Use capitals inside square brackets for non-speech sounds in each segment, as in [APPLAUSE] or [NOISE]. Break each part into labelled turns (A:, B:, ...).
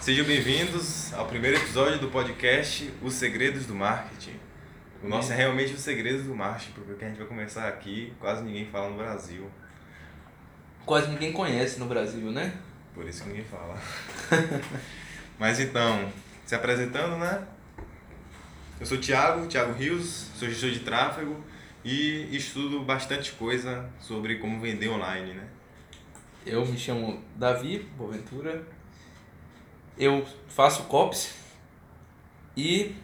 A: Sejam bem-vindos ao primeiro episódio do podcast Os Segredos do Marketing. O nosso é realmente os segredos do marketing, porque o que a gente vai começar aqui quase ninguém fala no Brasil.
B: Quase ninguém conhece no Brasil, né?
A: Por isso que ninguém fala. [LAUGHS] Mas então, se apresentando, né? Eu sou o Thiago, Thiago Rios, sou gestor de tráfego e estudo bastante coisa sobre como vender online, né? [LAUGHS]
B: Eu me chamo Davi Boaventura. Eu faço COPS e.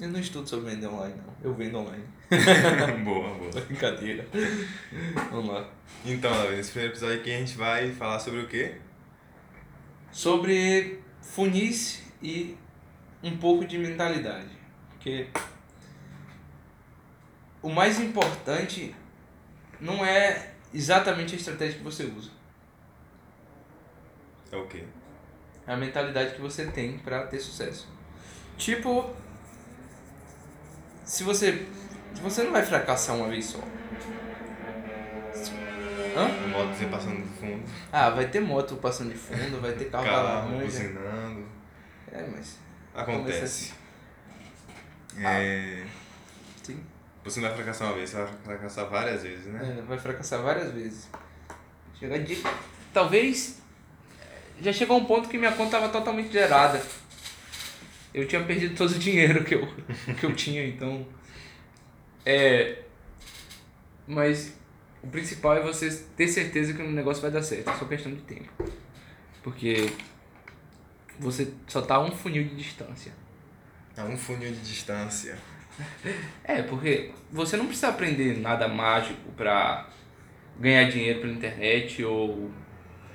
B: Eu não estudo sobre vender online, não. Eu vendo online. [LAUGHS]
A: boa, boa.
B: Brincadeira. Vamos lá.
A: Então, Davi, nesse primeiro episódio aqui a gente vai falar sobre o quê?
B: Sobre funis e um pouco de mentalidade. Porque o mais importante não é exatamente a estratégia que você usa.
A: É o quê?
B: É a mentalidade que você tem para ter sucesso. Tipo, se você você não vai fracassar uma vez só. Hã?
A: O modo de passando do fundo,
B: Ah, vai ter moto passando de fundo, vai ter carro da
A: carro,
B: laranja.
A: buzinando.
B: É, mas
A: Acontece. É,
B: sim,
A: Você não vai fracassar uma vez, você vai fracassar várias vezes, né?
B: é, vai fracassar várias vezes. Chegar de talvez já chegou um ponto que minha conta estava totalmente zerada. Eu tinha perdido todo o dinheiro que eu [LAUGHS] que eu tinha, então é mas o principal é você ter certeza que o negócio vai dar certo, é só questão de tempo. Porque você só tá a um funil de distância.
A: A um funil de distância.
B: É, porque você não precisa aprender nada mágico pra ganhar dinheiro pela internet ou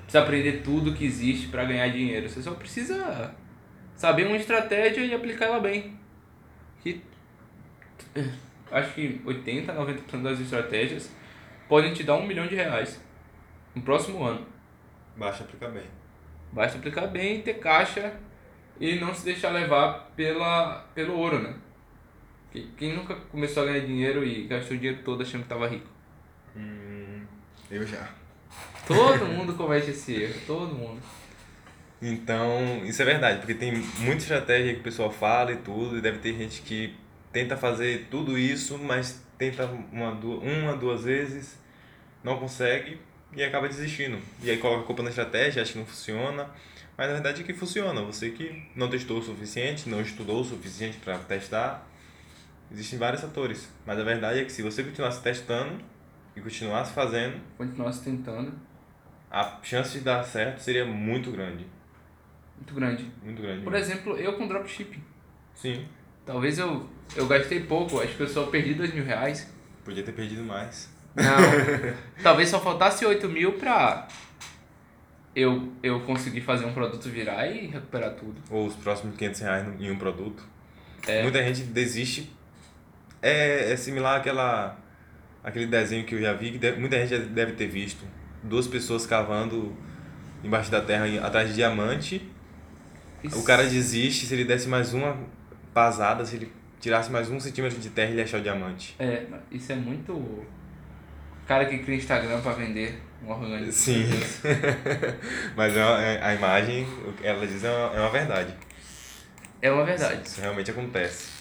B: precisa aprender tudo que existe pra ganhar dinheiro. Você só precisa saber uma estratégia e aplicar ela bem. Que eh, acho que 80, 90% das estratégias podem te dar um milhão de reais no próximo ano.
A: Baixa aplica bem.
B: Basta aplicar bem, ter caixa e não se deixar levar pela, pelo ouro, né? Que- Quem nunca começou a ganhar dinheiro e gastou o dinheiro todo achando que tava rico?
A: Hum, eu já. [LAUGHS]
B: Todo mundo comete esse erro, todo mundo.
A: Então, isso é verdade, porque tem muita estratégia que o pessoal fala e tudo, e deve ter gente que tenta fazer tudo isso, mas tenta uma, duas, uma, duas vezes, não consegue e acaba desistindo. E aí coloca a culpa na estratégia, acha que não funciona, mas na verdade é que funciona. Você que não testou o suficiente, não estudou o suficiente para testar. Existem vários fatores, mas a verdade é que se você continuasse testando e continuasse fazendo,
B: Continuar se tentando,
A: a chance de dar certo seria muito grande.
B: muito grande.
A: Muito grande.
B: Por
A: mesmo.
B: exemplo, eu com dropshipping.
A: Sim.
B: Talvez eu, eu gastei pouco, acho que eu só perdi dois mil reais.
A: Podia ter perdido mais.
B: Não,
A: [LAUGHS]
B: talvez só faltasse 8 mil pra eu, eu conseguir fazer um produto virar e recuperar tudo.
A: Ou os próximos 500 reais no- em um produto. Muita gente desiste. É, é similar àquela, àquele desenho que eu já vi, que deve- muita gente já deve ter visto. Duas pessoas cavando embaixo da terra em- atrás de diamante. O cara desiste, se ele desse mais uma pasada, se ele tirasse mais um centímetro de terra, ele ia achar o diamante.
B: É, isso é muito. Cara que cria Instagram pra vender um orgânico.
A: Sim. [LAUGHS] Mas é uma- é- a imagem, o que ela diz, é uma, é uma verdade.
B: É uma verdade.
A: Isso realmente acontece.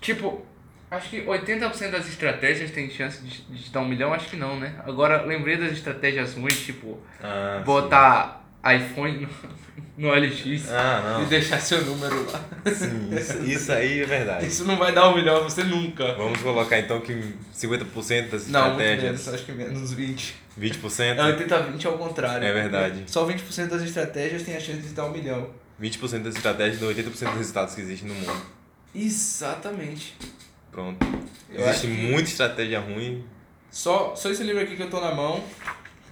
B: Tipo, acho que 80% das estratégias tem chance de, de te dar um milhão, acho que não, né? Agora, lembrei das estratégias ruins, tipo,
A: Ah, sim.
B: botar iPhone no, no LX
A: Ah,
B: e
A: não.
B: deixar seu número lá. [LAUGHS]
A: Sim, isso, isso aí é verdade.
B: Isso não vai dar um milhão a você nunca.
A: Vamos colocar então que 50% das
B: Não, muito
A: estratégias,
B: menos, acho que menos uns 20. É
A: 20%,
B: 80-20 ao contrário.
A: É verdade.
B: Só 20% das estratégias tem a chance de dar um milhão.
A: 20% das estratégias dão 80% dos resultados que existem no mundo.
B: Exatamente.
A: Pronto.
B: Eu
A: Existe
B: acho que-
A: muita estratégia ruim.
B: Só, só esse livro aqui que eu tô na mão.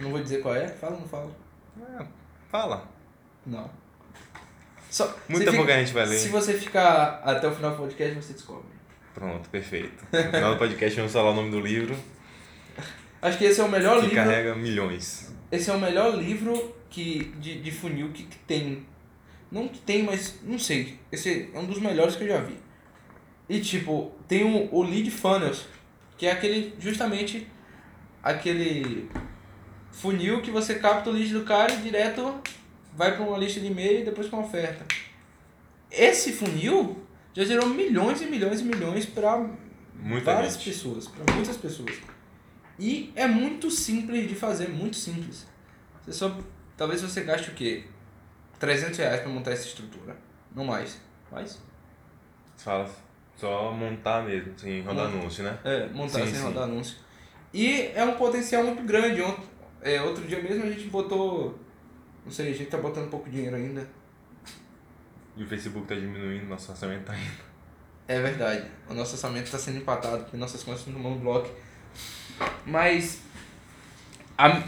B: Não vou dizer qual é. Fala ou não fala?
A: Fala.
B: Não. Só,
A: Muito
B: se
A: pouco a gente vai
B: Se
A: ler.
B: você ficar até o final do podcast, você descobre.
A: Pronto, perfeito. No final do podcast vamos falar o nome do
B: [LAUGHS]
A: livro,
B: Acho que esse é o melhor
A: que
B: livro.
A: carrega milhões.
B: Esse é o melhor livro que, de, de funil que, que tem. Não que tem, mas não sei. Esse é um dos melhores que eu já vi. E tipo, tem o, o Lead Funnels, que é aquele, justamente, aquele funil que você capta o lead do cara e direto vai para uma lista de e-mail e depois para uma oferta. Esse funil já gerou milhões e milhões e milhões para
A: Muita
B: várias
A: gente.
B: pessoas, para muitas pessoas. E é muito simples de fazer, muito simples. Você só, talvez você gaste o quê? 300 reais para montar essa estrutura, não mais. Mas
A: Você fala só montar mesmo, sem rodar
B: Monta.
A: anúncio, né?
B: É, montar
A: Sim,
B: sem
A: sim.
B: rodar anúncio. E é um potencial muito grande. Ont- é, outro dia mesmo a gente botou. Não sei, a gente tá botando pouco dinheiro ainda.
A: E o Facebook tá diminuindo, nosso orçamento tá indo.
B: É verdade. O nosso orçamento está sendo empatado, porque nossas contas estão tomando bloco. Mas a-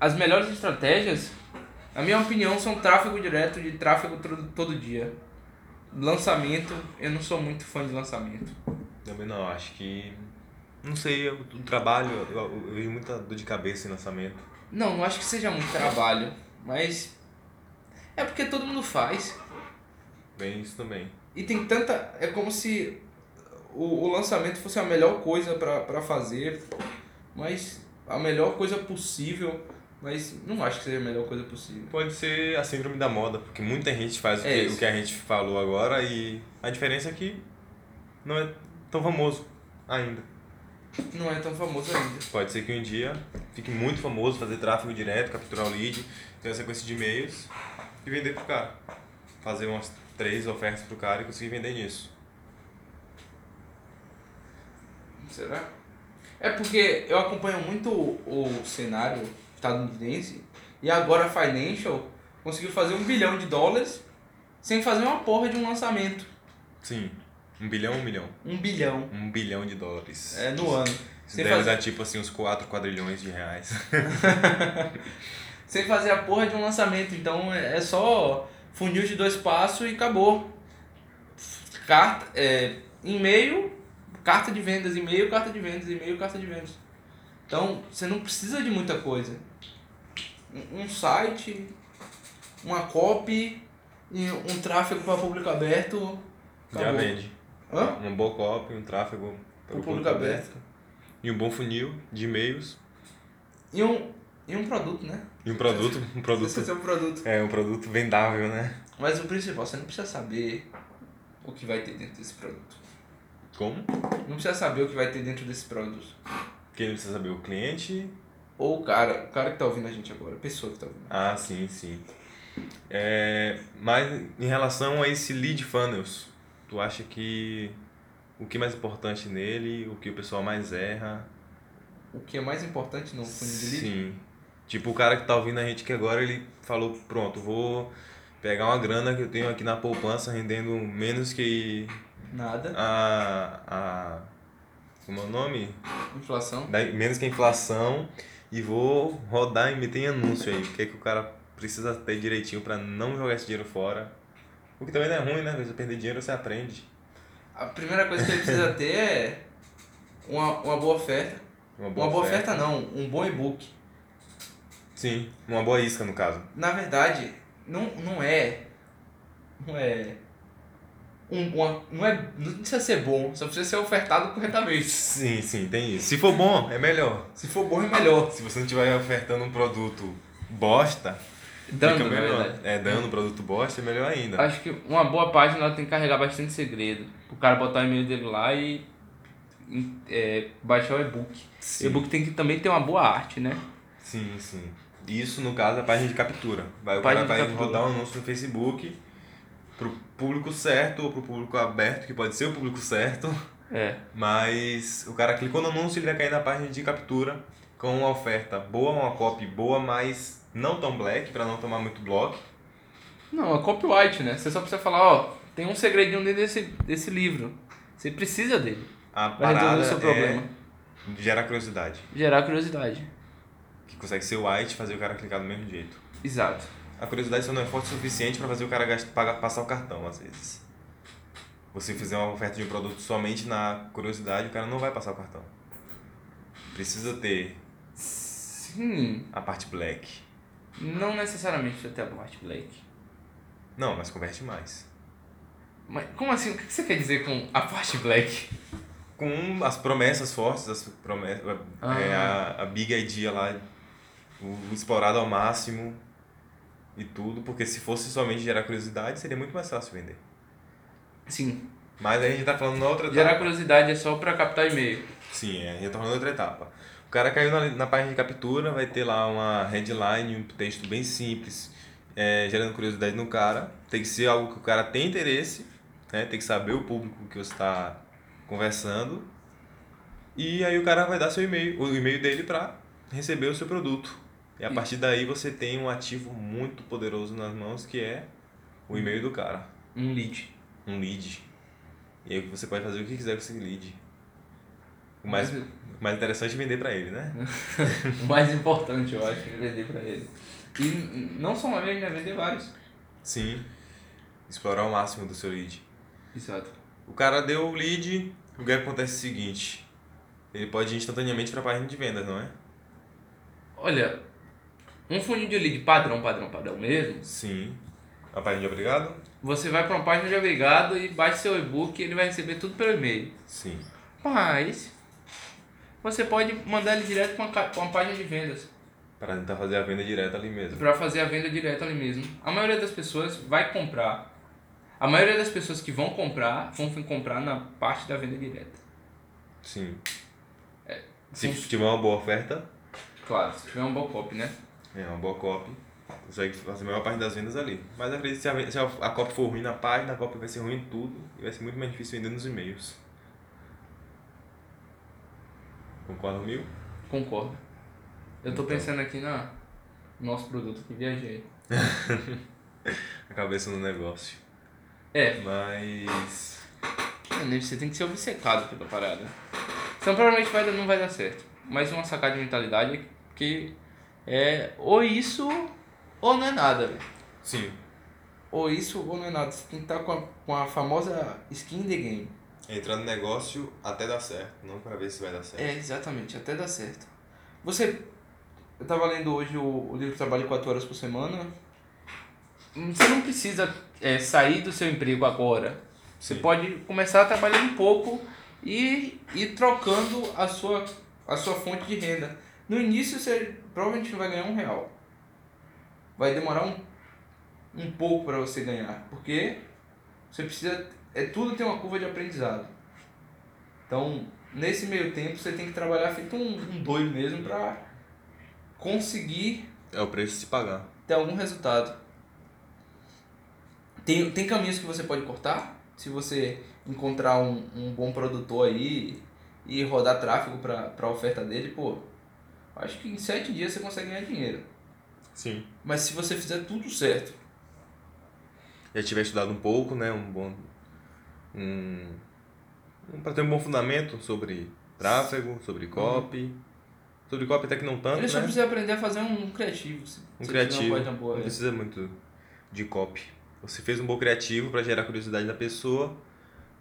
B: as melhores estratégias, na minha opinião, são tráfego direto de tráfego todo, todo dia. Lançamento, eu não sou muito fã de lançamento.
A: Também não, acho que. Não sei, eu- o trabalho, eu, eu- eu vejo muita dor de cabeça em lançamento.
B: Não, não acho que seja muito trabalho, mas é porque todo mundo faz.
A: Bem, isso também.
B: E tem tanta. É como se o, o lançamento fosse a melhor coisa pra pra fazer, mas a melhor coisa possível, mas não acho que seja a melhor coisa possível.
A: Pode ser a síndrome da moda, porque muita gente faz o,
B: É
A: que,
B: isso.
A: o que a gente falou agora e a diferença é que não é tão famoso ainda.
B: Não é tão famoso ainda.
A: Pode ser que um dia fique muito famoso, fazer tráfego direto, capturar o lead, ter uma sequência de e-mails e vender pro cara. Fazer umas três ofertas pro cara e conseguir vender nisso.
B: Será? É porque eu acompanho muito o, o cenário estadunidense e agora a Financial conseguiu fazer um bilhão de dólares sem fazer uma porra de um lançamento.
A: Sim. Um bilhão, um milhão.
B: Um bilhão.
A: Um bilhão de dólares.
B: É, no ano.
A: Isso
B: Sem
A: deve
B: fazer-
A: dar tipo assim uns 4 quadrilhões de
B: [LAUGHS]
A: reais.
B: sem fazer a porra de um lançamento. Então é é só funil de dois passos e acabou. Carta, é, e-mail, carta de vendas, e-mail, carta de vendas, e-mail, carta de vendas. Então você não precisa de muita coisa. Um, um site, uma copy e um tráfego para público aberto.
A: Já
B: acabou.
A: vende.
B: Hã?
A: Uma boa copy, um tráfego
B: Pro público aberto.
A: E um bom funil de e-mails.
B: E um, e um produto, né? [LAUGHS]
A: E um produto. Um
B: Você
A: produto.
B: tem um produto.
A: É, um produto vendável, né?
B: Mas o principal, você não precisa saber o que vai ter dentro desse produto.
A: Como?
B: Não precisa saber o que vai ter dentro desse produto.
A: Porque ele precisa saber o cliente,
B: Ou o cara, o cara que tá ouvindo a gente agora, a pessoa que tá ouvindo.
A: Ah, sim, sim. É, mas em relação a esse lead funnels, tu acha que o que é mais importante nele, o que o pessoal mais erra?
B: O que é mais importante no funil de lead?
A: Sim. Tipo, o cara que tá ouvindo a gente aqui agora, ele falou, pronto, vou pegar uma grana que eu tenho aqui na poupança rendendo menos que
B: Nada.
A: a... a como é o nome?
B: Inflação.
A: Da- menos que a inflação e vou rodar e meter em anúncio aí. O que, é que o cara precisa ter direitinho pra não jogar esse dinheiro fora. O que também não é ruim, né? Você perder dinheiro, você aprende.
B: A primeira coisa que
A: [LAUGHS]
B: ele precisa ter é uma, uma boa oferta.
A: Uma
B: uma boa oferta. não, um bom e-book.
A: Sim, uma boa isca no caso.
B: Na verdade, não, não é. Não é. Um, uma, não é. Não precisa ser bom, só precisa ser ofertado corretamente.
A: Sim, sim, tem isso. Se for bom, é melhor.
B: Se for bom é melhor.
A: Se você não estiver ofertando um produto bosta,
B: Dando,
A: fica
B: na
A: melhor.
B: verdade. Ah,
A: É, dando um produto bosta é melhor ainda.
B: Acho que uma boa página ela tem que carregar bastante segredo. O cara botar o e-mail dele lá e em- é, baixar o e-book. O
A: Sim.
B: e-book tem que também ter uma boa arte, né?
A: Sim, sim. Isso, no caso, é a página de captura. Vai, o
B: Página
A: cara
B: de
A: vai
B: captura.
A: rodar um anúncio no Facebook pro público certo ou pro público aberto, que pode ser o público certo,
B: É.
A: mas o cara clicou no anúncio ele vai cair na página de captura com uma oferta boa, uma copy boa, mas não tão black, pra não tomar muito bloco.
B: Não, é copyright, né? Você só precisa falar, ó, tem um segredinho dentro desse, desse livro. Você precisa dele.
A: A
B: Vai resolver
A: parada
B: o seu problema.
A: É, gera curiosidade,
B: Gerar curiosidade.
A: que consegue ser white e fazer o cara clicar do mesmo jeito.
B: Exato.
A: A curiosidade só não é forte o suficiente para fazer o cara gastar, pagar, passar o cartão, às vezes. Você fizer uma oferta de um produto somente na curiosidade, o cara não vai passar o cartão. Precisa ter
B: Sim.
A: a parte black.
B: Não necessariamente precisa ter a Bart Blake.
A: Não, mas converte mais.
B: Mas como assim? O que você quer dizer com a parte Black?
A: é, Com as promessas fortes, as promessas, é, a, a big idea lá o explorado ao máximo e tudo, porque se fosse somente gerar curiosidade, seria muito mais fácil vender.
B: Sim.
A: Mas aí a gente tá falando na outra etapa.
B: Gerar curiosidade é só pra captar e-mail.
A: Sim, é, a gente tá falando na outra etapa. O cara caiu na, na página de captura, vai ter lá uma headline, um texto bem simples, é, gerando curiosidade no cara. Tem que ser algo que o cara tem interesse, né? tem que saber o público que você está conversando. E aí o cara vai dar seu e-mail, o e-mail dele para receber o seu produto. E a
B: Isso.
A: partir daí você tem um ativo muito poderoso nas mãos que é o e-mail do cara,
B: Um lead.
A: um lead. E aí você pode fazer o que quiser com esse lead. O mais,
B: Mas-
A: o mais interessante é vender para ele, né?
B: O mais importante, eu acho, é vender pra ele. E n- não só uma vez, né? Vender vários.
A: Sim. Explorar o máximo do seu lead.
B: Exato.
A: O cara deu o lead, o que acontece é o seguinte. Ele pode ir instantaneamente para a página de vendas, não é?
B: Olha, um funil de lead padrão, padrão, padrão mesmo,
A: Sim. A página de obrigado?
B: você vai pra uma página de obrigado e baixa seu e-book e ele vai receber tudo pelo e-mail.
A: Sim.
B: Mas, você pode mandar ele direto pra uma, ca- pra uma página de vendas.
A: Para tentar fazer a venda direta ali mesmo.
B: Pra fazer a venda direta ali mesmo. A maioria das pessoas vai comprar. A maioria das pessoas que vão comprar, vão f- comprar na parte da venda direta.
A: Sim.
B: Sim.
A: Se tiver uma boa oferta,
B: Claro, se tiver um bom copy, né?
A: é uma boa copy, consegue fazer a maior parte das vendas ali. Mas acredito que se a ven- se a, a copy for ruim na página, a copy vai ser ruim em tudo e vai ser muito mais difícil vender nos e-mails. Concorda comigo?
B: Concordo. Eu tô
A: Então.
B: pensando aqui na no nosso produto que viajei.
A: A cabeça no negócio.
B: É,
A: Mas.
B: mano, você tem que ser obcecado pela parada. Então provavelmente vai, dar- não vai dar certo. Mas uma sacada de mentalidade é que é ou isso ou não é nada, velho.
A: Sim,
B: Ou isso ou não é nada. Você tem que estar com a, com a famosa skin the game.
A: entrar no negócio até dar certo, não para ver se vai dar certo.
B: É, exatamente, até dá certo. Você. Eu tava lendo hoje o, o livro Trabalho 4 Horas por Semana. Hum, Você não precisa é, sair do seu emprego agora. Você
A: Sim.
B: pode começar a trabalhar um pouco e ir trocando a sua, a sua fonte de renda. No início você provavelmente não vai ganhar um real. Vai demorar um, um pouco para você ganhar. Porque você precisa. É, tudo tem uma curva de aprendizado. Então, nesse meio tempo, você tem que trabalhar feito um, um doido mesmo para conseguir
A: É o preço de se pagar.
B: ter algum resultado. Tem, tem caminhos que você pode cortar, se você encontrar um, um bom produtor aí e rodar tráfego para a oferta dele, pô, acho que em sete dias você consegue ganhar dinheiro.
A: Sim.
B: Mas se você fizer tudo certo,
A: Já tiver estudado um pouco, né? Um bom. Um. um para ter um bom fundamento sobre tráfego, sobre copy. Sobre copy até que não tanto,
B: Uhum. ele é só
A: né?
B: precisa aprender a fazer um criativo. se-
A: Um
B: se tiver uma
A: criativo.
B: página boa,
A: não
B: é.
A: precisa muito de copy. Você fez um bom criativo para gerar curiosidade da pessoa,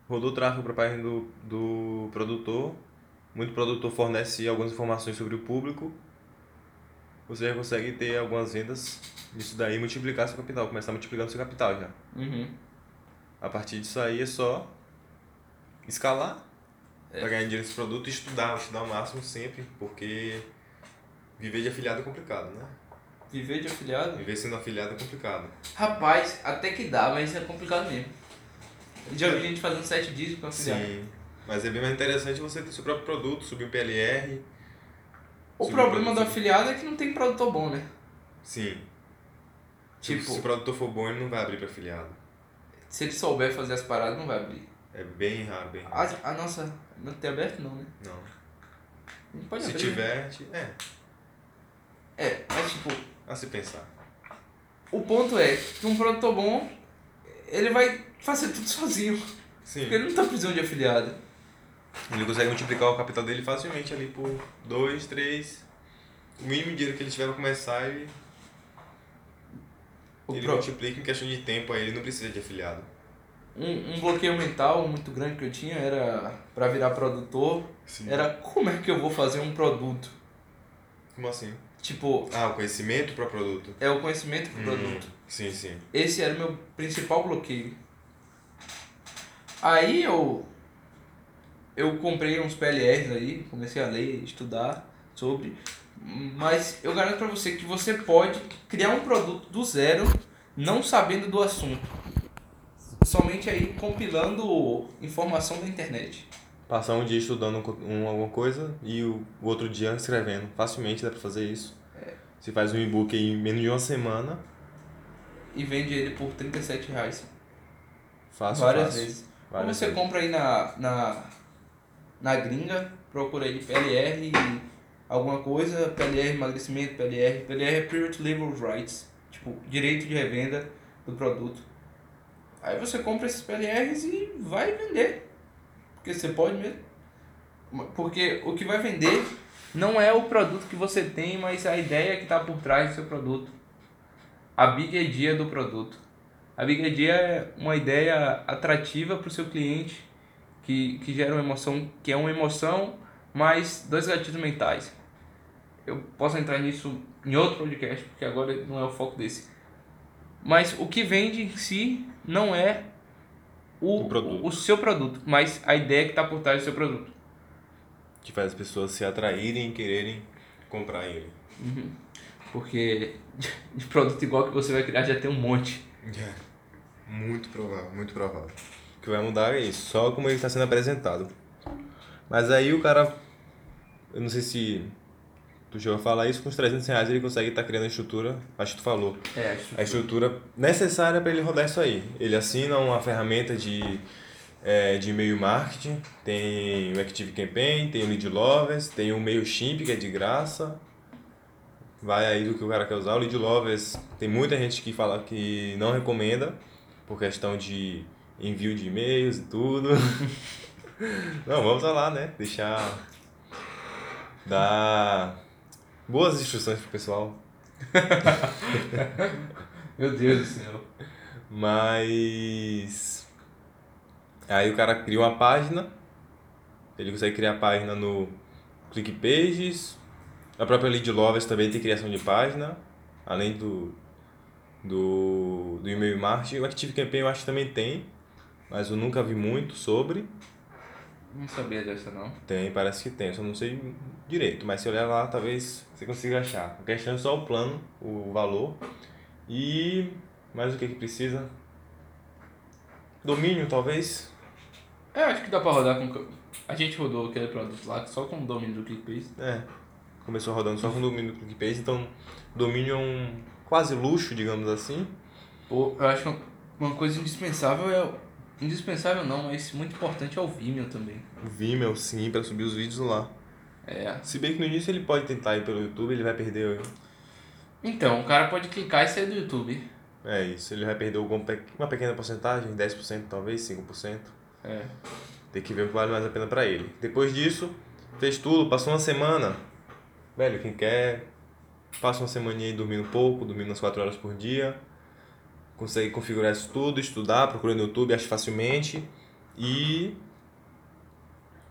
A: rodou o tráfego para a página do, do produtor, muito produtor fornece algumas informações sobre o público, você já consegue ter algumas vendas disso daí e multiplicar seu capital, começar a multiplicar o seu capital já.
B: Uhum.
A: A partir disso aí é só escalar
B: É.
A: pra ganhar dinheiro nesse produto e estudar, estudar o máximo sempre, porque viver de afiliado é complicado, né?
B: Viver de afiliado?
A: Viver sendo afiliado é complicado.
B: Rapaz, até que dá, mas é complicado mesmo. Já vi gente fazendo sete dias com afiliado.
A: Sim. Mas é bem mais interessante você ter seu próprio produto, subir um PLR.
B: O
A: Sim,
B: problema do
A: sim.
B: afiliado é que não tem produtor bom, né?
A: Sim.
B: Tipo-
A: Se o produtor for bom, ele não vai abrir para afiliado.
B: Se ele souber fazer as paradas, não vai abrir.
A: É bem raro, bem raro.
B: A, a nossa. Não tem aberto, não, né?
A: Não.
B: Não pode
A: Se
B: abrir. né?
A: tiver, ti- é,
B: É, mas tipo,
A: a se pensar.
B: o ponto é que um produtor bom, ele vai fazer tudo sozinho.
A: Sim.
B: Porque ele não tá precisando de afiliado.
A: Ele consegue multiplicar o capital dele facilmente ali por 2, 3. O mínimo de dinheiro que ele tiver pra começar, ele,
B: O
A: ele
B: pro-
A: multiplica em questão de tempo aí, ele não precisa de afiliado.
B: um, um bloqueio mental muito grande que eu tinha era pra virar produtor.
A: Sim.
B: Era como é que eu vou fazer um produto?
A: Como assim?
B: Tipo,
A: Ah, o conhecimento para produto.
B: é o conhecimento pro
A: Hum,
B: produto.
A: Sim, sim.
B: Esse era o meu principal bloqueio. Aí eu eu comprei uns PLRs aí, comecei a ler, estudar sobre. Mas eu garanto pra você que você pode criar um produto do zero, não sabendo do assunto. Somente aí compilando informação da internet.
A: Passar um dia estudando um co- um, alguma coisa e o, o outro dia escrevendo. Facilmente dá pra fazer isso.
B: É.
A: Você faz um e-book aí em menos de uma semana,
B: E vende ele por 37 reais.
A: fácil,
B: várias
A: fácil.
B: vezes. Ou
A: Várias
B: você
A: vezes.
B: compra aí na, na, na gringa, procura aí PLR, alguma coisa, PLR emagrecimento, PLR, PLR é Private Label Rights, tipo, direito de revenda do produto. Aí você compra esses PLRs e vai vender. Porque você pode mesmo. Porque o que vai vender não é o produto que você tem, mas a ideia que está por trás do seu produto. A big idea do produto. A Big Idea é uma ideia atrativa para o seu cliente que, que gera uma emoção, que é uma emoção mais dois gatilhos mentais. Eu posso entrar nisso em outro podcast, porque agora não é o foco desse. Mas o que vende em si não é o,
A: O produto.
B: o seu produto, mas a ideia que está por trás do seu produto.
A: Que faz as pessoas se atraírem e quererem comprar ele.
B: Porque de- de produto igual que você vai criar já tem um monte.
A: Muito provável, muito provável. O que vai mudar é isso, só como ele está sendo apresentado. Mas aí o cara, eu não sei se tu chegou a falar isso, com os 300 reais ele consegue estar criando a estrutura, acho que tu falou,
B: É,
A: a estrutura necessária para ele rodar isso aí. Ele assina uma ferramenta de, é, de e-mail marketing, tem o Active Campaign, tem o Lead Lovers, tem o MailChimp que é de graça. Vai aí do que o cara quer usar. O Lead Lovers tem muita gente que fala que não recomenda por questão de envio de e-mails e tudo. [LAUGHS] não, vamos lá, né? Deixar dar boas instruções pro pessoal.
B: Meu Deus do céu.
A: Mas. Aí o cara cria uma página. Ele consegue criar página no ClickPages. A própria Lead Lovers também tem criação de página. Além do. Do, do e-mail marketing. O Active Campaign eu acho que também tem. Mas eu nunca vi muito sobre.
B: Não sabia dessa não.
A: Tem, parece que tem. Eu só não sei direito. Mas se olhar lá, talvez você consiga achar. A questão é só o plano, o valor. E mais o que que precisa? Domínio, talvez.
B: É, acho que dá pra rodar com. A gente rodou aquele produto lá só com o domínio do ClickBase.
A: É. Começou rodando só com domínio do ClickPage. Então, domínio é um quase luxo, digamos assim.
B: Pô, eu acho que uma coisa indispensável é. o- Indispensável não, mas muito importante é o Vimeo também.
A: O Vimeo, sim, para subir os vídeos lá.
B: É.
A: Se bem que no início ele pode tentar ir pelo YouTube, ele vai perder.
B: Então, o cara pode clicar e sair do YouTube.
A: É isso, ele vai perder alguma pe- uma pequena porcentagem, 10% talvez, 5%.
B: É.
A: Tem que ver o que vale mais a pena pra ele. Depois disso, fez tudo, passou uma semana. Velho, quem quer, passa uma semaninha aí dormindo pouco, dormindo umas 4 horas por dia. Consegue configurar isso tudo, estudar, procura no YouTube, acha facilmente. E.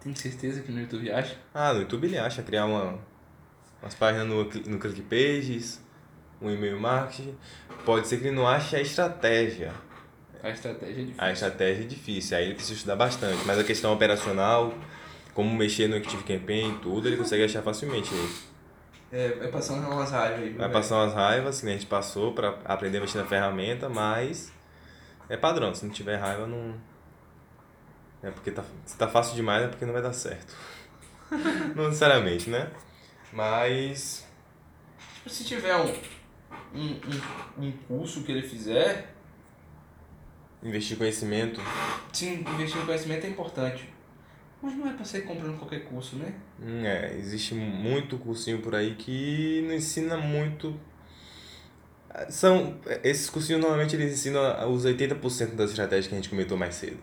B: Tem certeza que no YouTube acha?
A: Ah, no YouTube ele acha, criar uma, umas páginas no, cli- no ClickPages, um e-mail marketing. Pode ser que ele não ache a estratégia.
B: A estratégia é difícil.
A: A estratégia é difícil, aí ele precisa estudar bastante, mas a questão operacional, como mexer no Active Campaign e tudo, ele consegue achar facilmente. Ele
B: É, vai passando umas raivas aí. né?
A: vai passar umas raivas, que nem a gente passou, pra aprender a mexer na ferramenta, mas é padrão, se não tiver raiva, não. É porque tá, se tá fácil demais, é porque não vai dar certo. [LAUGHS] não necessariamente, né? Mas.
B: Tipo, se tiver um, um, um, um curso que ele fizer,
A: Investir conhecimento.
B: sim, investir em conhecimento é importante. Mas não é pra sair comprando qualquer curso, né?
A: Hum, É, existe muito cursinho por aí que não ensina muito. Ah, São, esses cursinhos normalmente eles ensinam os 80% das estratégias que a gente comentou mais cedo,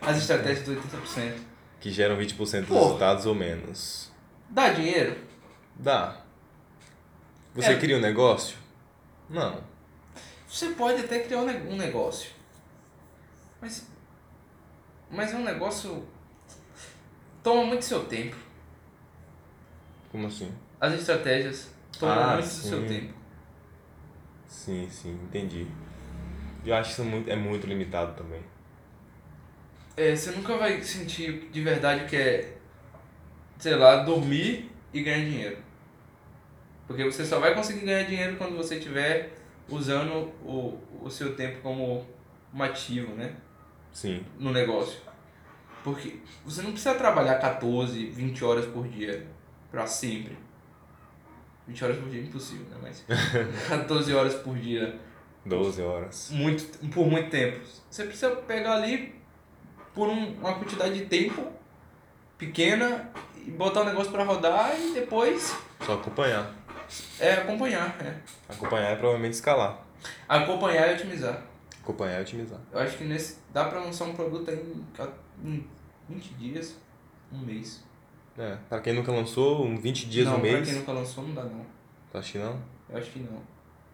B: As estratégias dos 80%.
A: que geram 20% dos
B: Pô.
A: resultados ou menos.
B: Dá dinheiro?
A: Dá. Você
B: É.
A: cria um negócio? Não.
B: Você pode até criar um, ne- um negócio. Mas. Mas é um negócio. Toma muito seu tempo.
A: Como assim?
B: As estratégias tomam
A: Ah,
B: muito do
A: sim.
B: seu tempo.
A: Sim, sim, entendi. Eu acho que isso é muito, é muito limitado também.
B: É, você nunca vai sentir de verdade o que é. Sei lá, dormir e ganhar dinheiro. Porque você só vai conseguir ganhar dinheiro quando você estiver usando o, o seu tempo como um ativo, né?
A: Sim.
B: No negócio. Porque você não precisa trabalhar 14, 20 horas por dia pra sempre. 20 horas por dia é impossível, né?
A: [LAUGHS]
B: Mas 14 horas por dia
A: 12 horas.
B: muito, por muito tempo. Você precisa pegar ali por um- uma quantidade de tempo pequena e botar o negócio pra rodar e depois
A: Só acompanhar.
B: é acompanhar, né?
A: Acompanhar é provavelmente escalar.
B: Acompanhar e otimizar.
A: Acompanhar é otimizar.
B: Eu acho que nesse dá pra lançar um produto aí em, ca- em 20 dias, um mês.
A: É, pra quem nunca lançou, um 20 dias,
B: não,
A: um
B: Pra
A: mês.
B: quem nunca lançou não dá não.
A: Tu acha que não?
B: Eu acho que não.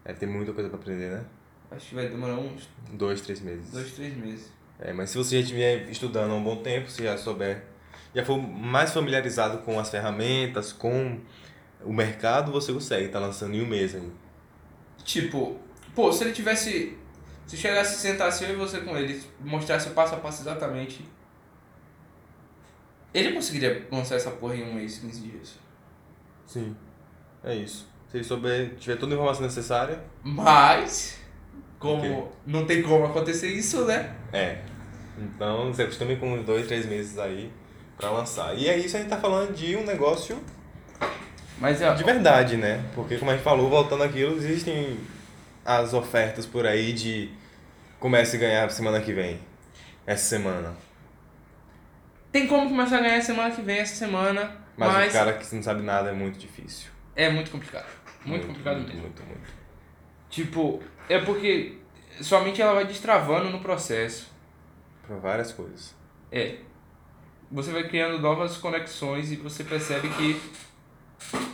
A: Deve ter muita coisa pra aprender, né?
B: Acho que vai demorar uns
A: Dois, três meses.
B: dois, três meses.
A: É, mas se você já estiver estudando há um bom tempo, se já souber, já for mais familiarizado com as ferramentas, com o mercado, você consegue tá lançando em um mês aí.
B: Tipo, pô, se ele tivesse. Se chegasse e sentasse eu e você com ele, mostrasse o passo a passo exatamente. Ele conseguiria lançar essa porra em um mês, 15 dias.
A: Sim. É isso. Se ele souber, tiver toda a informação necessária,
B: Mas, como
A: Ok.
B: não tem como acontecer isso, né?
A: é. Então, se acostume com uns dois, três meses aí pra lançar. E é isso, a gente tá falando de um negócio
B: Mas é.
A: De verdade, né? Porque como a gente falou, voltando àquilo, existem as ofertas por aí de comece a ganhar semana que vem. Essa semana.
B: Tem como começar a ganhar semana que vem, essa semana.
A: Mas,
B: Mas,
A: o cara que não sabe nada é muito difícil.
B: é muito complicado. Muito, complicado
A: muito,
B: mesmo.
A: Muito, muito.
B: Tipo, é porque sua mente ela vai destravando no processo.
A: Pra várias coisas.
B: É. Você vai criando novas conexões e você percebe que.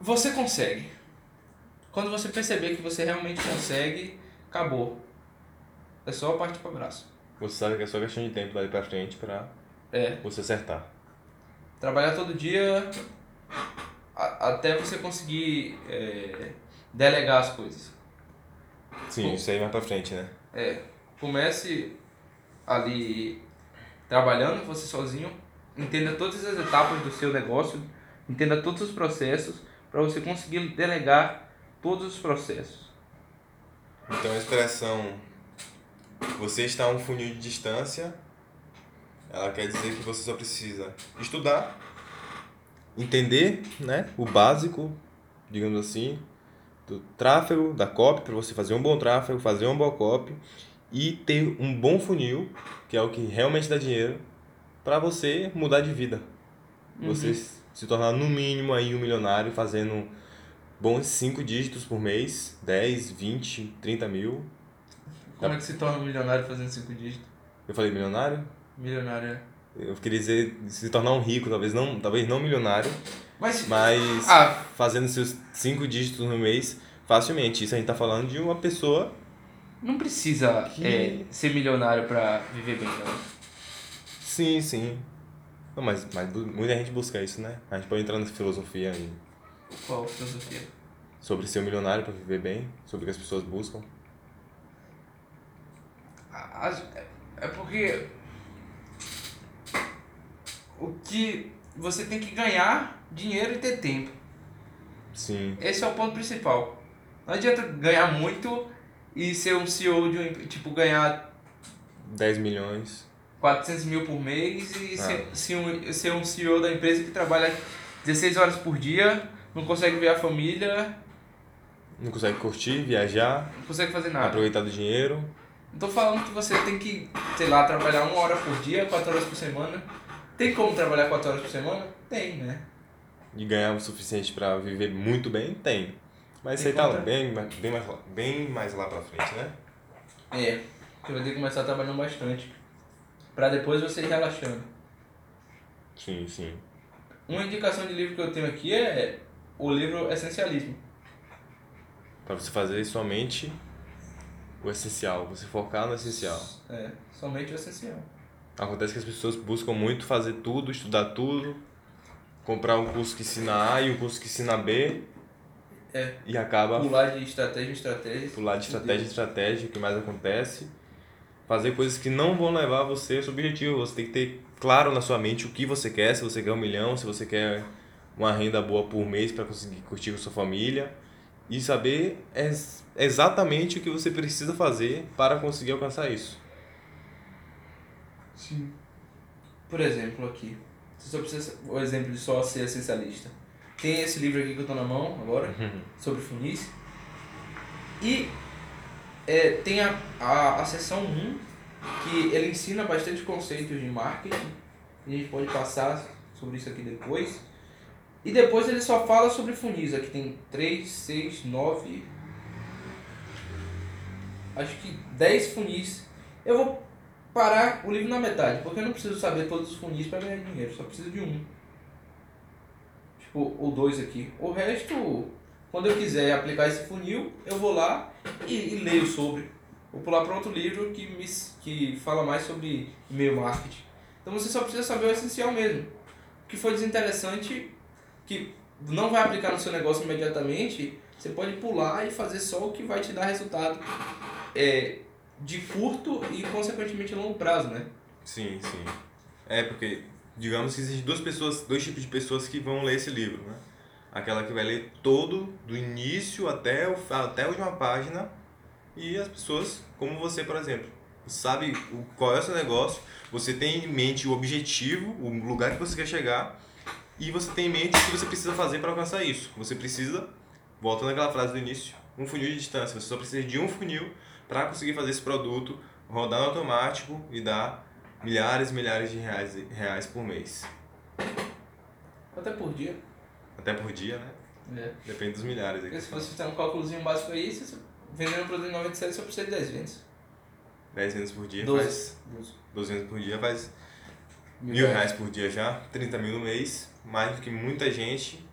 B: Você consegue. Quando você perceber que você realmente consegue, acabou. É só partir para braço.
A: Você sabe que é só questão de tempo dali pra frente pra
B: É.
A: você acertar.
B: Trabalhar todo dia a- até você conseguir é, delegar as coisas.
A: Sim,
B: Bom.
A: isso aí mais pra frente, né?
B: É, comece ali trabalhando você sozinho, entenda todas as etapas do seu negócio, entenda todos os processos para você conseguir delegar todos os processos.
A: Então a expressão você está a um funil de distância, ela quer dizer que você só precisa estudar, entender né, o básico, digamos assim, do tráfego, da copy, para você fazer um bom tráfego, fazer uma boa copy e ter um bom funil, que é o que realmente dá dinheiro, para você mudar de vida. Você se tornar no mínimo aí um milionário fazendo bons cinco dígitos por mês, 10, 20, 30 mil.
B: Como é que se torna um milionário fazendo cinco dígitos?
A: Eu falei milionário?
B: Milionário. né?
A: Eu queria dizer se tornar um rico, talvez não, talvez não milionário,
B: Mas,
A: mas
B: ah,
A: fazendo seus cinco dígitos no mês facilmente. Isso a gente tá falando de uma pessoa.
B: não precisa
A: Que-
B: é, ser milionário para viver bem, não.
A: Sim, sim. Não, mas, mas bu- muita gente busca isso, né? A gente pode entrar nessa filosofia aí
B: Qual a filosofia?
A: sobre ser um milionário para viver bem, sobre o que as pessoas buscam.
B: As- é- É porque o que você tem que ganhar dinheiro e ter tempo.
A: Sim,
B: Esse é o ponto principal. Não adianta ganhar muito e ser um CEO de um, empre- tipo ganhar
A: 10 milhões.
B: 400 mil por mês e
A: Ah.
B: ser, ser um, ser um CEO da empresa que trabalha 16 horas por dia, não consegue ver a família,
A: Não consegue curtir, viajar,
B: não consegue fazer nada.
A: aproveitar do dinheiro.
B: Não tô falando que você tem que, sei lá, trabalhar uma hora por dia, quatro horas por semana. Tem como trabalhar quatro horas por semana? Tem, né?
A: e ganhar o suficiente pra viver muito bem, tem. Mas isso
B: Tem
A: aí tá
B: conta.
A: bem, ma- bem, mais, lá- bem mais lá pra frente, né?
B: É. Você vai ter que começar trabalhando bastante. Pra depois você ir relaxando.
A: Sim, sim.
B: Uma indicação de livro que eu tenho aqui é o livro Essencialismo.
A: Pra você fazer somente o essencial, você focar no essencial.
B: É, somente o essencial.
A: Acontece que as pessoas buscam muito fazer tudo, estudar tudo, comprar um curso que ensina A e um curso que ensina B.
B: É.
A: E acaba
B: Pular de estratégia em estratégia.
A: pular de estratégia em estratégia, o que mais acontece. Fazer coisas que não vão levar você ao seu objetivo. Você tem que ter claro na sua mente o que você quer, se você quer um milhão, se você quer uma renda boa por mês para conseguir curtir com sua família e saber ex- exatamente o que você precisa fazer para conseguir alcançar isso.
B: Sim. Por exemplo, aqui. Você só precisa. O exemplo de só ser essencialista. Tem esse livro aqui que eu tô na mão agora, sobre funis. E é, tem a, a, a seção 1, que ele ensina bastante conceitos de marketing. A gente pode passar sobre isso aqui depois. E depois ele só fala sobre funis. Aqui tem 3, 6, 9. Acho que 10 funis. Eu vou parar o livro na metade, porque eu não preciso saber todos os funis para ganhar dinheiro, só preciso de um. Tipo, ou dois aqui. O resto, quando eu quiser aplicar esse funil, eu vou lá e, e leio sobre. Vou pular para outro livro que, me, s- que fala mais sobre e-mail marketing. Então você só precisa saber o essencial mesmo. O que for desinteressante, que não vai aplicar no seu negócio imediatamente, você pode pular e fazer só o que vai te dar resultado. É, de curto e consequentemente longo prazo, né?
A: Sim, sim. É porque, digamos que existem duas pessoas, dois tipos de pessoas que vão ler esse livro, né? Aquela que vai ler todo, do início até, o, até a última página, e as pessoas, como você, por exemplo, sabe o, qual é o seu negócio, você tem em mente o objetivo, o lugar que você quer chegar, e você tem em mente o que você precisa fazer para alcançar isso. Você precisa, voltando àquela frase do início, um funil de distância. Você só precisa de um funil para conseguir fazer esse produto rodar no automático e dar milhares e milhares de reais, reais por mês.
B: Até por dia.
A: Até por dia, né?
B: É.
A: Depende dos milhares.
B: Porque
A: Aqui.
B: se você fizer um cálculozinho básico aí, se você vendendo um produto em 97, você precisa de 10 vendas.
A: 10 vezes por dia
B: Doze.
A: faz.
B: 12
A: 12 vezes por dia faz mil reais por dia já. 30 mil no mês. Mais do que muita gente.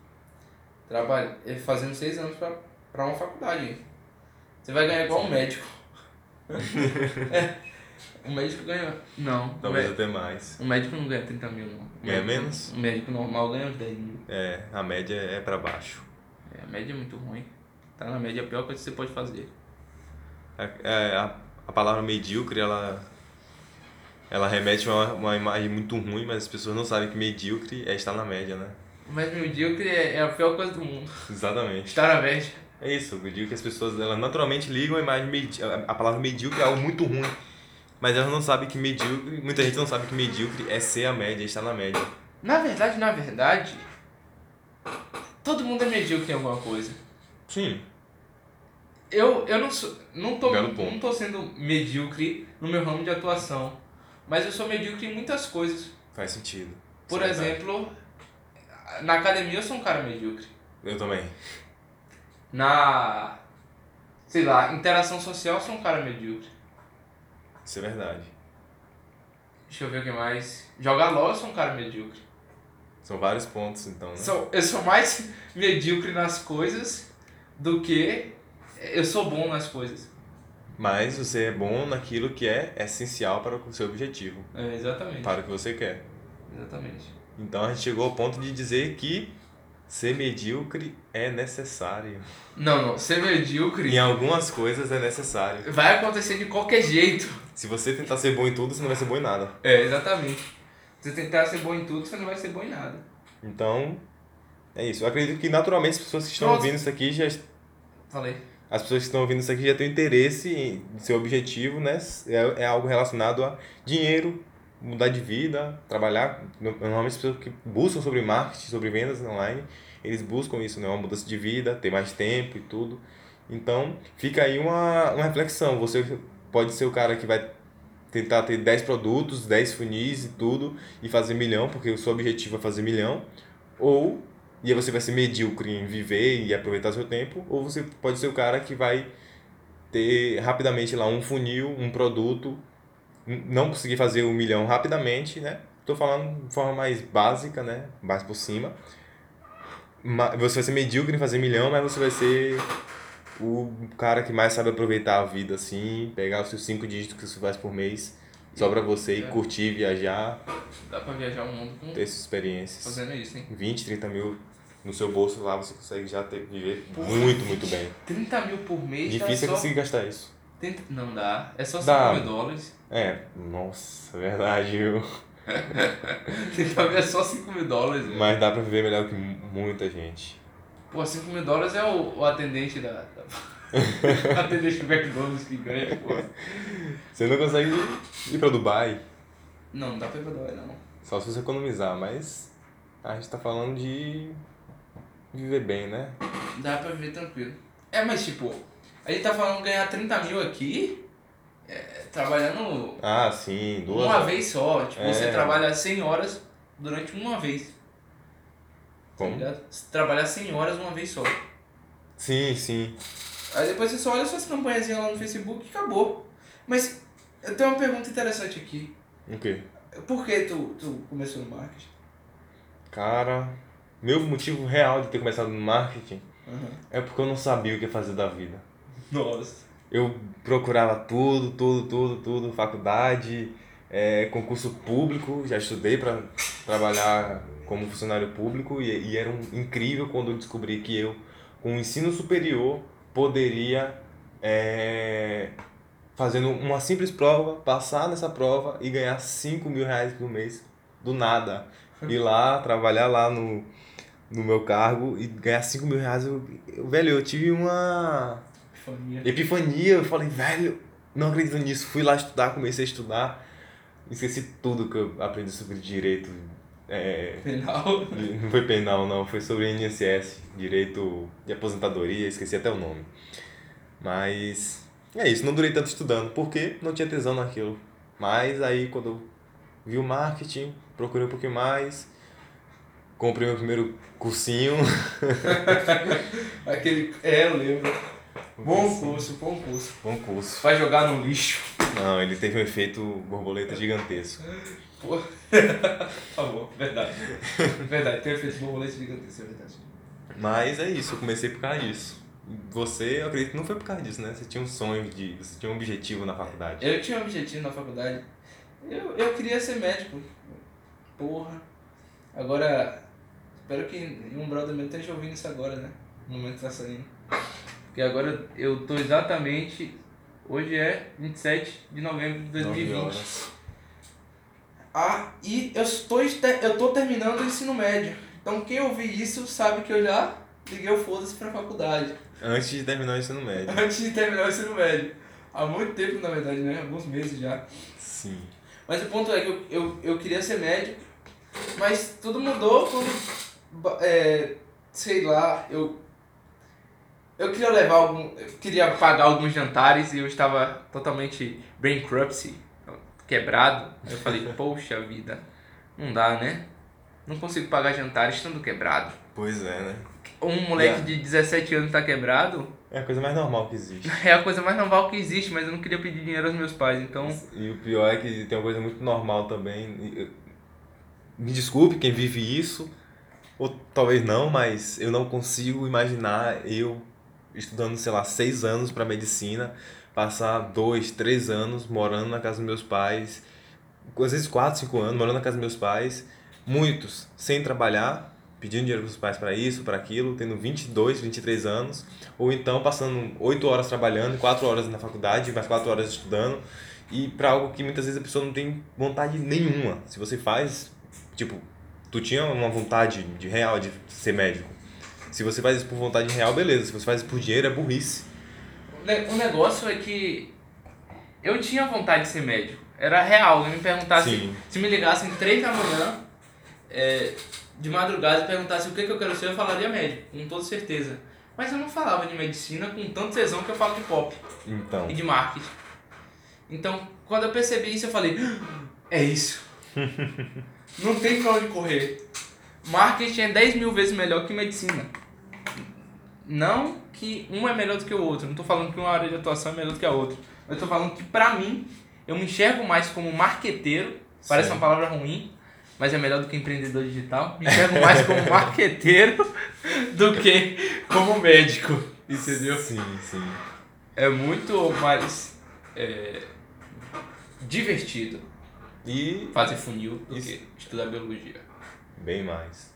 B: Trabalho, é fazendo 6 anos pra, pra uma faculdade. hein? Você vai ganhar igual
A: [LAUGHS]
B: um médico. é. O médico ganha. Não. O,
A: Talvez
B: mé-
A: até mais.
B: o médico não ganha 30 mil, não. O
A: Ganha
B: médico-
A: menos?
B: O médico normal ganha uns 10 mil.
A: É, a média é pra baixo.
B: É, a média é muito ruim. Tá na média, a pior coisa que você pode fazer.
A: A, é, a, a palavra medíocre, ela, ela remete a uma, uma imagem muito ruim, mas as pessoas não sabem que medíocre é estar na média, né? [LAUGHS]
B: Mas medíocre é, é a pior coisa do mundo.
A: Exatamente.
B: Estar na média.
A: É isso, eu digo que as pessoas elas naturalmente ligam a imagem medi a a palavra medíocre é algo muito ruim. Mas elas não sabem que medíocre, muita gente não sabe que medíocre é ser a média, estar na média.
B: Na verdade, na verdade, todo mundo é medíocre em alguma coisa.
A: Sim.
B: Eu, eu não sou, não tô,
A: Belo ponto.
B: não tô sendo medíocre no meu ramo de atuação, mas eu sou medíocre em muitas coisas.
A: Faz sentido.
B: Por
A: Isso é verdade.
B: exemplo, na academia eu sou um cara medíocre.
A: Eu também.
B: Na sei lá, interação social eu sou um cara medíocre.
A: Isso é verdade.
B: Deixa eu ver o que mais. Jogar LOL eu sou um cara medíocre.
A: São vários pontos, então, né?
B: Sou, eu sou mais [LAUGHS] medíocre nas coisas do que eu sou bom nas coisas.
A: Mas você é bom naquilo que é essencial para o seu objetivo,
B: É, exatamente.
A: para o que você quer.
B: Exatamente.
A: Então a gente chegou ao ponto de dizer que ser medíocre é necessário.
B: Não, não, ser medíocre
A: Em algumas coisas é necessário.
B: vai acontecer de qualquer jeito.
A: Se você tentar ser bom em tudo, você não vai ser bom em nada.
B: É, exatamente. Se você tentar ser bom em tudo, você não vai ser bom em nada.
A: Então, é isso. Eu acredito que naturalmente as pessoas que estão
B: Nossa.
A: ouvindo isso aqui já.
B: Falei.
A: As pessoas que estão ouvindo isso aqui já têm interesse em seu objetivo, né? É, é algo relacionado a dinheiro, mudar de vida, trabalhar. No- Normalmente as pessoas que buscam sobre marketing, sobre vendas online, eles buscam isso, né? Uma mudança de vida, ter mais tempo e tudo. Então, fica aí uma, uma reflexão. Você pode ser o cara que vai tentar ter 10 produtos, 10 funis e tudo, e fazer milhão, porque o seu objetivo é fazer milhão, ou e aí você vai ser medíocre em viver e aproveitar seu tempo, ou você pode ser o cara que vai ter rapidamente lá um funil, um produto, n- não conseguir fazer um milhão rapidamente, né? Tô falando de forma mais básica, né? Mais por cima. Ma- Você vai ser medíocre em fazer milhão, mas você vai ser o cara que mais sabe aproveitar a vida, assim, pegar os seus cinco dígitos que você faz por mês só pra você e
B: É.
A: curtir, viajar,
B: Dá pra viajar o mundo com...
A: ter essas experiências.
B: fazendo isso, hein?
A: 20, 30 mil no seu bolso lá, você consegue já ter, viver
B: Porra.
A: muito, muito bem.
B: 30 mil por mês dá
A: Difícil é
B: só...
A: conseguir gastar isso.
B: 30... Não dá. É só 5
A: Dá.
B: mil dólares. [LAUGHS]
A: É, nossa, [LAUGHS] verdade, viu?
B: Pra mim é só 5 mil dólares. velho.
A: Mas dá pra viver melhor que mu- muita gente.
B: Pô, 5 mil dólares é o, o atendente
A: [LAUGHS]
B: da. da... [LAUGHS] o atendente do McDonald's que ganha, pô.
A: Você não consegue ir pra Dubai,
B: Não, não dá pra ir pra Dubai, não.
A: só se você economizar, mas a gente tá falando de viver bem, né?
B: Dá pra viver tranquilo. É, mas tipo, a gente tá falando ganhar 30 mil aqui, é, trabalhando
A: Ah, sim, duas.
B: uma vez só. Tipo,
A: É.
B: você trabalha 100 horas durante uma vez. Tá
A: Como?
B: ligado? Você trabalhar 100 horas uma vez só.
A: Sim, sim.
B: Aí depois você só olha suas campanhazinhas lá no Facebook e acabou. Mas eu tenho uma pergunta interessante aqui.
A: O quê?
B: Por que tu, tu começou no marketing?
A: Cara, meu motivo real de ter começado no marketing é porque eu não sabia o que fazer da vida.
B: Nossa.
A: Eu procurava tudo, tudo, tudo, tudo, faculdade, é, concurso público, já estudei para trabalhar como funcionário público e, e era um- incrível quando eu descobri que eu, com o ensino superior, poderia, é, fazendo uma simples prova, passar nessa prova e ganhar 5 mil reais por mês, do nada. Ir lá, trabalhar lá no, no meu cargo e ganhar 5 mil reais. Eu, eu- velho, eu tive uma...
B: Família.
A: Epifania, eu falei, velho, não acredito nisso. Fui lá estudar, comecei a estudar. Esqueci tudo que eu aprendi sobre direito. É,
B: Penal. [LAUGHS]
A: não foi penal, não, foi sobre INSS, direito de aposentadoria, esqueci até o nome. Mas é isso, não durei tanto estudando, porque não tinha tesão naquilo. Mas aí quando eu vi o marketing, procurei um pouquinho mais, comprei meu primeiro cursinho.
B: Aquele. É, eu lembro. Bom curso, bom curso.
A: Bom curso.
B: Vai jogar no lixo.
A: Não, ele teve um efeito borboleta gigantesco.
B: Pô. tá bom, verdade. Verdade, tem efeito borboleta gigantesco, é verdade.
A: Mas é isso, eu comecei por causa disso. Você, eu acredito, que não foi por causa disso, né? Você tinha um sonho de. Você tinha um objetivo na faculdade.
B: Eu tinha um objetivo na faculdade. Eu, eu queria ser médico. Porra. Agora, espero que um brother meu esteja ouvindo isso agora, né? No momento que tá saindo. Porque agora eu tô exatamente. Hoje é 27 de novembro de 2020.
A: Nove horas.
B: Ah, e eu estou, este- eu tô terminando o ensino médio. Então quem ouvir isso sabe que eu já liguei o foda-se pra faculdade.
A: Antes de terminar o ensino médio.
B: [LAUGHS] Antes de terminar o ensino médio. Há muito tempo, na verdade, né? Alguns meses já.
A: Sim.
B: Mas o ponto é que eu, eu, eu queria ser médico, mas tudo mudou quando. ba- É, sei lá, eu. Eu queria levar algum. Eu queria pagar alguns jantares e eu estava totalmente bankruptcy, quebrado. Aí eu falei, [LAUGHS] poxa vida, não dá, né? Não consigo pagar jantares estando quebrado.
A: Pois é, né?
B: Um moleque
A: Yeah.
B: de 17 anos tá quebrado
A: É a coisa mais normal que existe.
B: é a coisa mais normal que existe, mas eu não queria pedir dinheiro aos meus pais, então.
A: E o pior é que tem uma coisa muito normal também. e eu- Me desculpe quem vive isso, ou talvez não, mas eu não consigo imaginar eu estudando, sei lá, seis anos para medicina, passar dois, três anos morando na casa dos meus pais, às vezes quatro, cinco anos morando na casa dos meus pais, muitos sem trabalhar, pedindo dinheiro para os pais para isso, para aquilo, tendo 22, 23 anos, ou então passando oito horas trabalhando, quatro horas na faculdade, mais quatro horas estudando e para algo que muitas vezes a pessoa não tem vontade nenhuma. Se você faz, tipo, tu tinha uma vontade de real de ser médico. Se você faz isso por vontade real, beleza. Se você faz isso por dinheiro, é burrice.
B: O negócio é que eu tinha vontade de ser médico. Era real. Eu me perguntasse,
A: Sim.
B: se me ligassem três da manhã, é, de madrugada, e perguntasse o que, que eu quero ser, eu falaria médico, com toda certeza. Mas eu não falava de medicina com tanto tesão que eu falo de pop
A: Então,
B: e de marketing. Então, quando eu percebi isso, eu falei, "Ah, é isso. não tem pra onde correr. Marketing é 10 mil vezes melhor que medicina. Não que um é melhor do que o outro. Não tô falando que uma área de atuação é melhor do que a outra. Eu tô falando que pra mim, eu me enxergo mais como marqueteiro. Parece
A: Sim.
B: uma palavra ruim, mas é melhor do que empreendedor digital. Me enxergo mais como marqueteiro do que como médico. Entendeu?
A: sim, sim.
B: é muito mais é, divertido
A: E
B: fazer funil do
A: Isso.
B: que estudar biologia.
A: bem mais.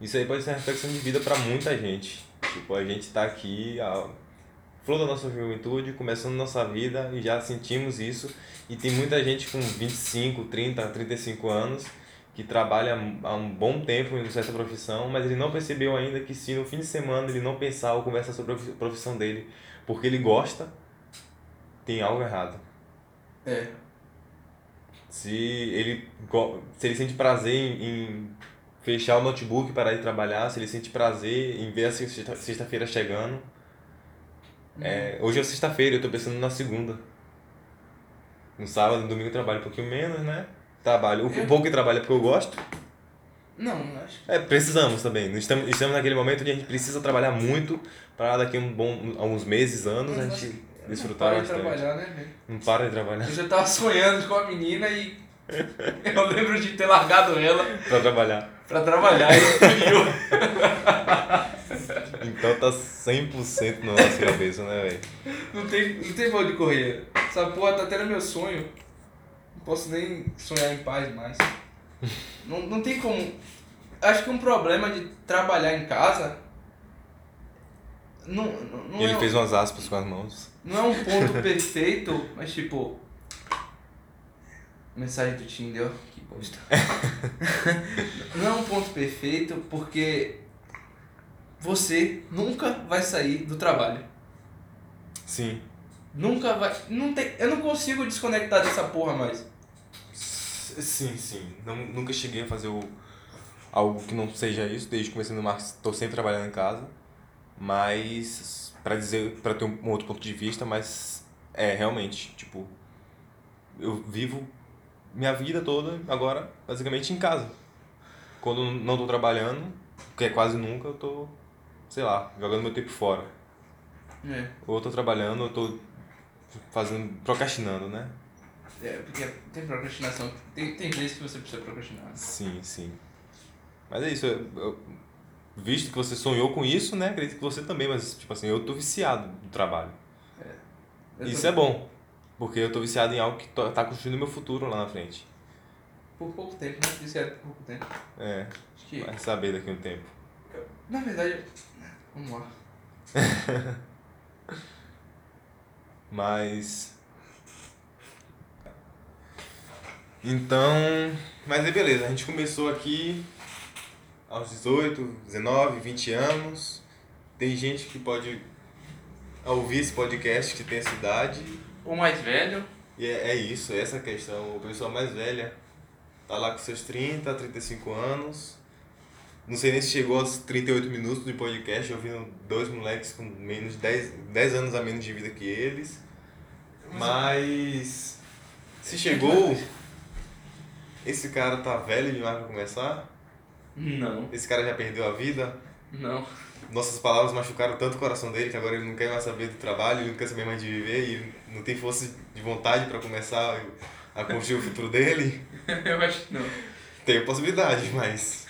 A: Isso aí pode ser uma reflexão de vida para muita gente. Tipo, a gente tá aqui há flor da nossa juventude, começando nossa vida e já sentimos isso. E tem muita gente com 25, 30, 35 anos que trabalha há um bom tempo em certa profissão, mas ele não percebeu ainda que se no fim de semana ele não pensar ou conversar sobre a profissão dele porque ele gosta, tem algo errado.
B: É.
A: Se ele, go- se ele sente prazer em, em fechar o notebook e parar de trabalhar, se ele sente prazer em ver a sexta- sexta-feira chegando. É, hoje é sexta-feira, eu tô pensando na segunda. No sábado, no domingo eu trabalho um pouquinho menos, né? Trabalho. O
B: É.
A: pouco que trabalho é porque eu gosto.
B: Não, acho que.
A: É, precisamos também. Nós Estamos, estamos naquele momento onde a gente precisa trabalhar muito para daqui a um bom, a uns meses, anos, a
B: Mas
A: gente
B: eu
A: desfrutar
B: não parei de
A: bastante.
B: trabalhar, né, [LAUGHS] velho?
A: Não para de trabalhar. [LAUGHS]
B: Eu já tava sonhando com a menina e [LAUGHS] eu lembro de ter largado ela
A: Pra trabalhar.
B: pra trabalhar e frio.
A: Então tá 100% na nossa cabeça, né, velho?
B: Não tem, não tem voo de correr. Essa porra tá até no meu sonho. Não posso nem sonhar em paz mais. Não, não tem como. Acho que um problema de trabalhar em casa. Não, não, não
A: Ele
B: é-
A: fez umas aspas com as mãos.
B: Não é um ponto [LAUGHS] perfeito, mas tipo. Mensagem do Tinder, ó. Que bosta. [LAUGHS] Não é um ponto perfeito porque você nunca vai sair do trabalho.
A: Sim.
B: Nunca vai. Não tem, eu não consigo desconectar dessa porra mais.
A: Sim, sim. Não, nunca cheguei a fazer o, algo que não seja isso. Desde que comecei no marketing, estou sempre trabalhando em casa. Mas, para dizer, para ter um outro ponto de vista, mas é realmente, tipo, eu vivo minha vida toda agora, basicamente em casa. Quando não tô trabalhando, que é quase nunca, eu tô, sei lá, jogando meu tempo fora.
B: É.
A: Ou eu tô trabalhando, ou eu tô fazendo, procrastinando, né?
B: é porque tem procrastinação. Tem, tem vezes que você precisa procrastinar.
A: Sim, sim. Mas é isso. eu- eu- visto que você sonhou com isso, né? Acredito que você também, mas tipo assim, eu tô viciado no trabalho.
B: Eu
A: isso
B: tô-
A: é bom. Porque eu tô viciado em algo que to- tá construindo meu futuro lá na frente.
B: Por pouco tempo, né? Isso é por pouco tempo.
A: É,
B: Acho que.
A: vai saber daqui a um tempo.
B: Na verdade. eu- Vamos lá.
A: Mas. Então. Mas aí beleza, a gente começou aqui aos 18, 19, 20 anos. Tem gente que pode ouvir esse podcast que tem essa idade.
B: O mais velho.
A: E é, é isso, é essa a questão. O pessoal mais velha tá lá com seus 30, 35 anos. Não sei nem se chegou aos 38 minutos de podcast, ouvindo dois moleques com menos de 10, 10 anos a menos de vida que eles. Mas se chegou, esse cara tá velho demais pra começar.
B: Não.
A: Esse cara já perdeu a vida.
B: Não. [LAUGHS]
A: Nossas palavras machucaram tanto o coração dele que agora ele não quer mais saber do trabalho, ele não quer saber mais de viver e ele não tem força de vontade para começar a construir o futuro dele.
B: Eu acho que não.
A: Tem a possibilidade,
B: [LAUGHS]
A: mas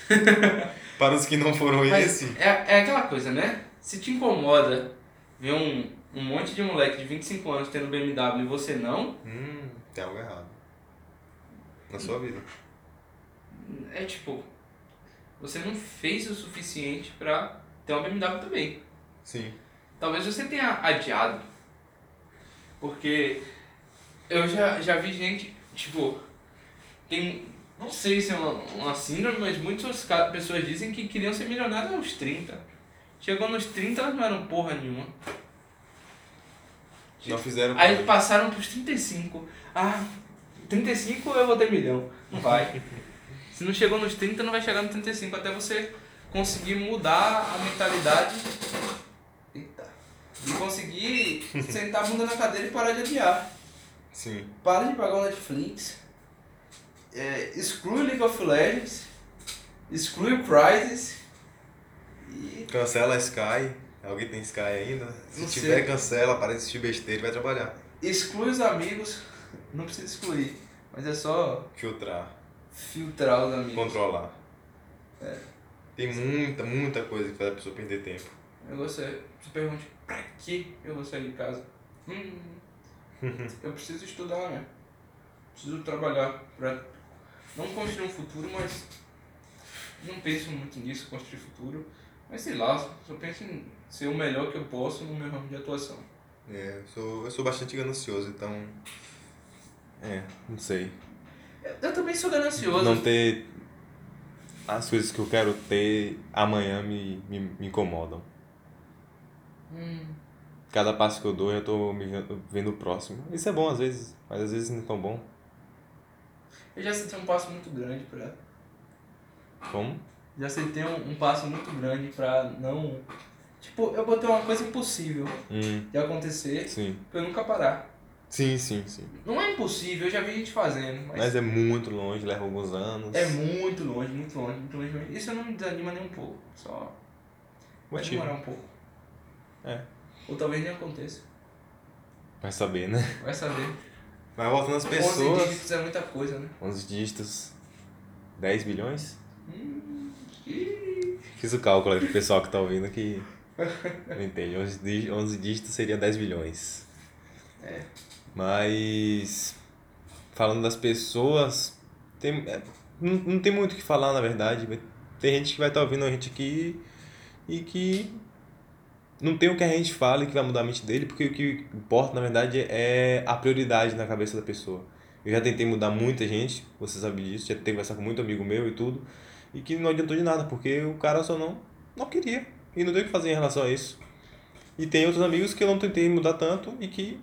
A: para os que não foram esse,
B: Mas é, é aquela coisa, né? Se te incomoda ver um, um monte de moleque de 25 anos tendo BMW e você não,
A: hum, tem algo errado na sua vida.
B: é tipo. Você não fez o suficiente pra ter uma BMW também.
A: Sim.
B: Talvez você tenha adiado. Porque eu já, já vi gente, tipo. Tem. Não sei se é uma, uma síndrome, mas muitas ca- pessoas dizem que queriam ser milionários aos 30. Chegou nos 30, elas não eram porra nenhuma.
A: Não fizeram.
B: Aí passaram pros 35. Ah, 35 eu vou ter milhão. Não vai. Se não chegou nos 30, não vai chegar nos 35. Até você conseguir mudar a mentalidade. Eita. E conseguir sentar a bunda na cadeira e parar de adiar.
A: Sim.
B: Para de pagar o Netflix. É, exclui League of Legends. Exclui o Crysis. E
A: Cancela a Sky. Alguém tem Sky ainda? Se
B: Não sei.
A: tiver, cancela, para de assistir besteira e vai trabalhar.
B: exclui os amigos. Não precisa excluir. Mas é só
A: Filtrar,
B: filtrar os amigos.
A: controlar.
B: É.
A: Tem muita, muita coisa que faz a pessoa perder tempo.
B: Eu vou sair. Você pergunta, pra que eu vou sair de casa? Hum, eu preciso estudar, né? Preciso trabalhar pra não construir um futuro, mas não penso muito nisso, construir futuro. Mas sei lá, só penso em ser o melhor que eu posso no meu ramo de atuação.
A: É, eu sou, eu sou bastante ganancioso, então. É, não sei.
B: Eu- Eu também sou ganancioso.
A: Não ter as coisas que eu quero ter amanhã me, me, me incomodam.
B: Hum,
A: Cada passo que eu dou eu tô me vendo, vendo o próximo. Isso é bom às vezes, mas às vezes não é tão bom.
B: eu já aceitei um passo muito grande pra.
A: Como?
B: Já aceitei um, um passo muito grande pra não. Tipo, eu botei uma coisa impossível
A: Hum,
B: de acontecer
A: sim.
B: pra eu nunca parar.
A: Sim, sim, sim.
B: Não é impossível, eu já vi gente fazendo, mas,
A: Mas é muito longe, leva alguns anos.
B: é muito longe, muito longe, muito longe. mesmo. Isso não me desanima nem um pouco. Só vai
A: Motivo.
B: demorar um pouco.
A: É.
B: Ou talvez nem aconteça.
A: Vai saber, né?
B: Vai saber.
A: Mas voltando às
B: 11
A: pessoas.
B: dígitos é muita coisa, né?
A: 11 dígitos. 10 bilhões?
B: Hum, ih,
A: Fiz o cálculo aí pro pessoal que tá ouvindo que não entende. 11 dí- 11 dígitos seria 10 bilhões.
B: É.
A: Mas. Falando das pessoas, tem, é, não, não tem muito o que falar, na verdade. mas Tem gente que vai estar ouvindo a gente aqui e que não tem o que a gente fala e que vai mudar a mente dele, porque o que importa, na verdade, é a prioridade na cabeça da pessoa. Eu já tentei mudar muita gente, você sabe disso, já tentei conversar com muito amigo meu e tudo, e que não adiantou de nada, porque o cara só não, não queria. E não tem o que fazer em relação a isso. E tem outros amigos que eu não tentei mudar tanto e que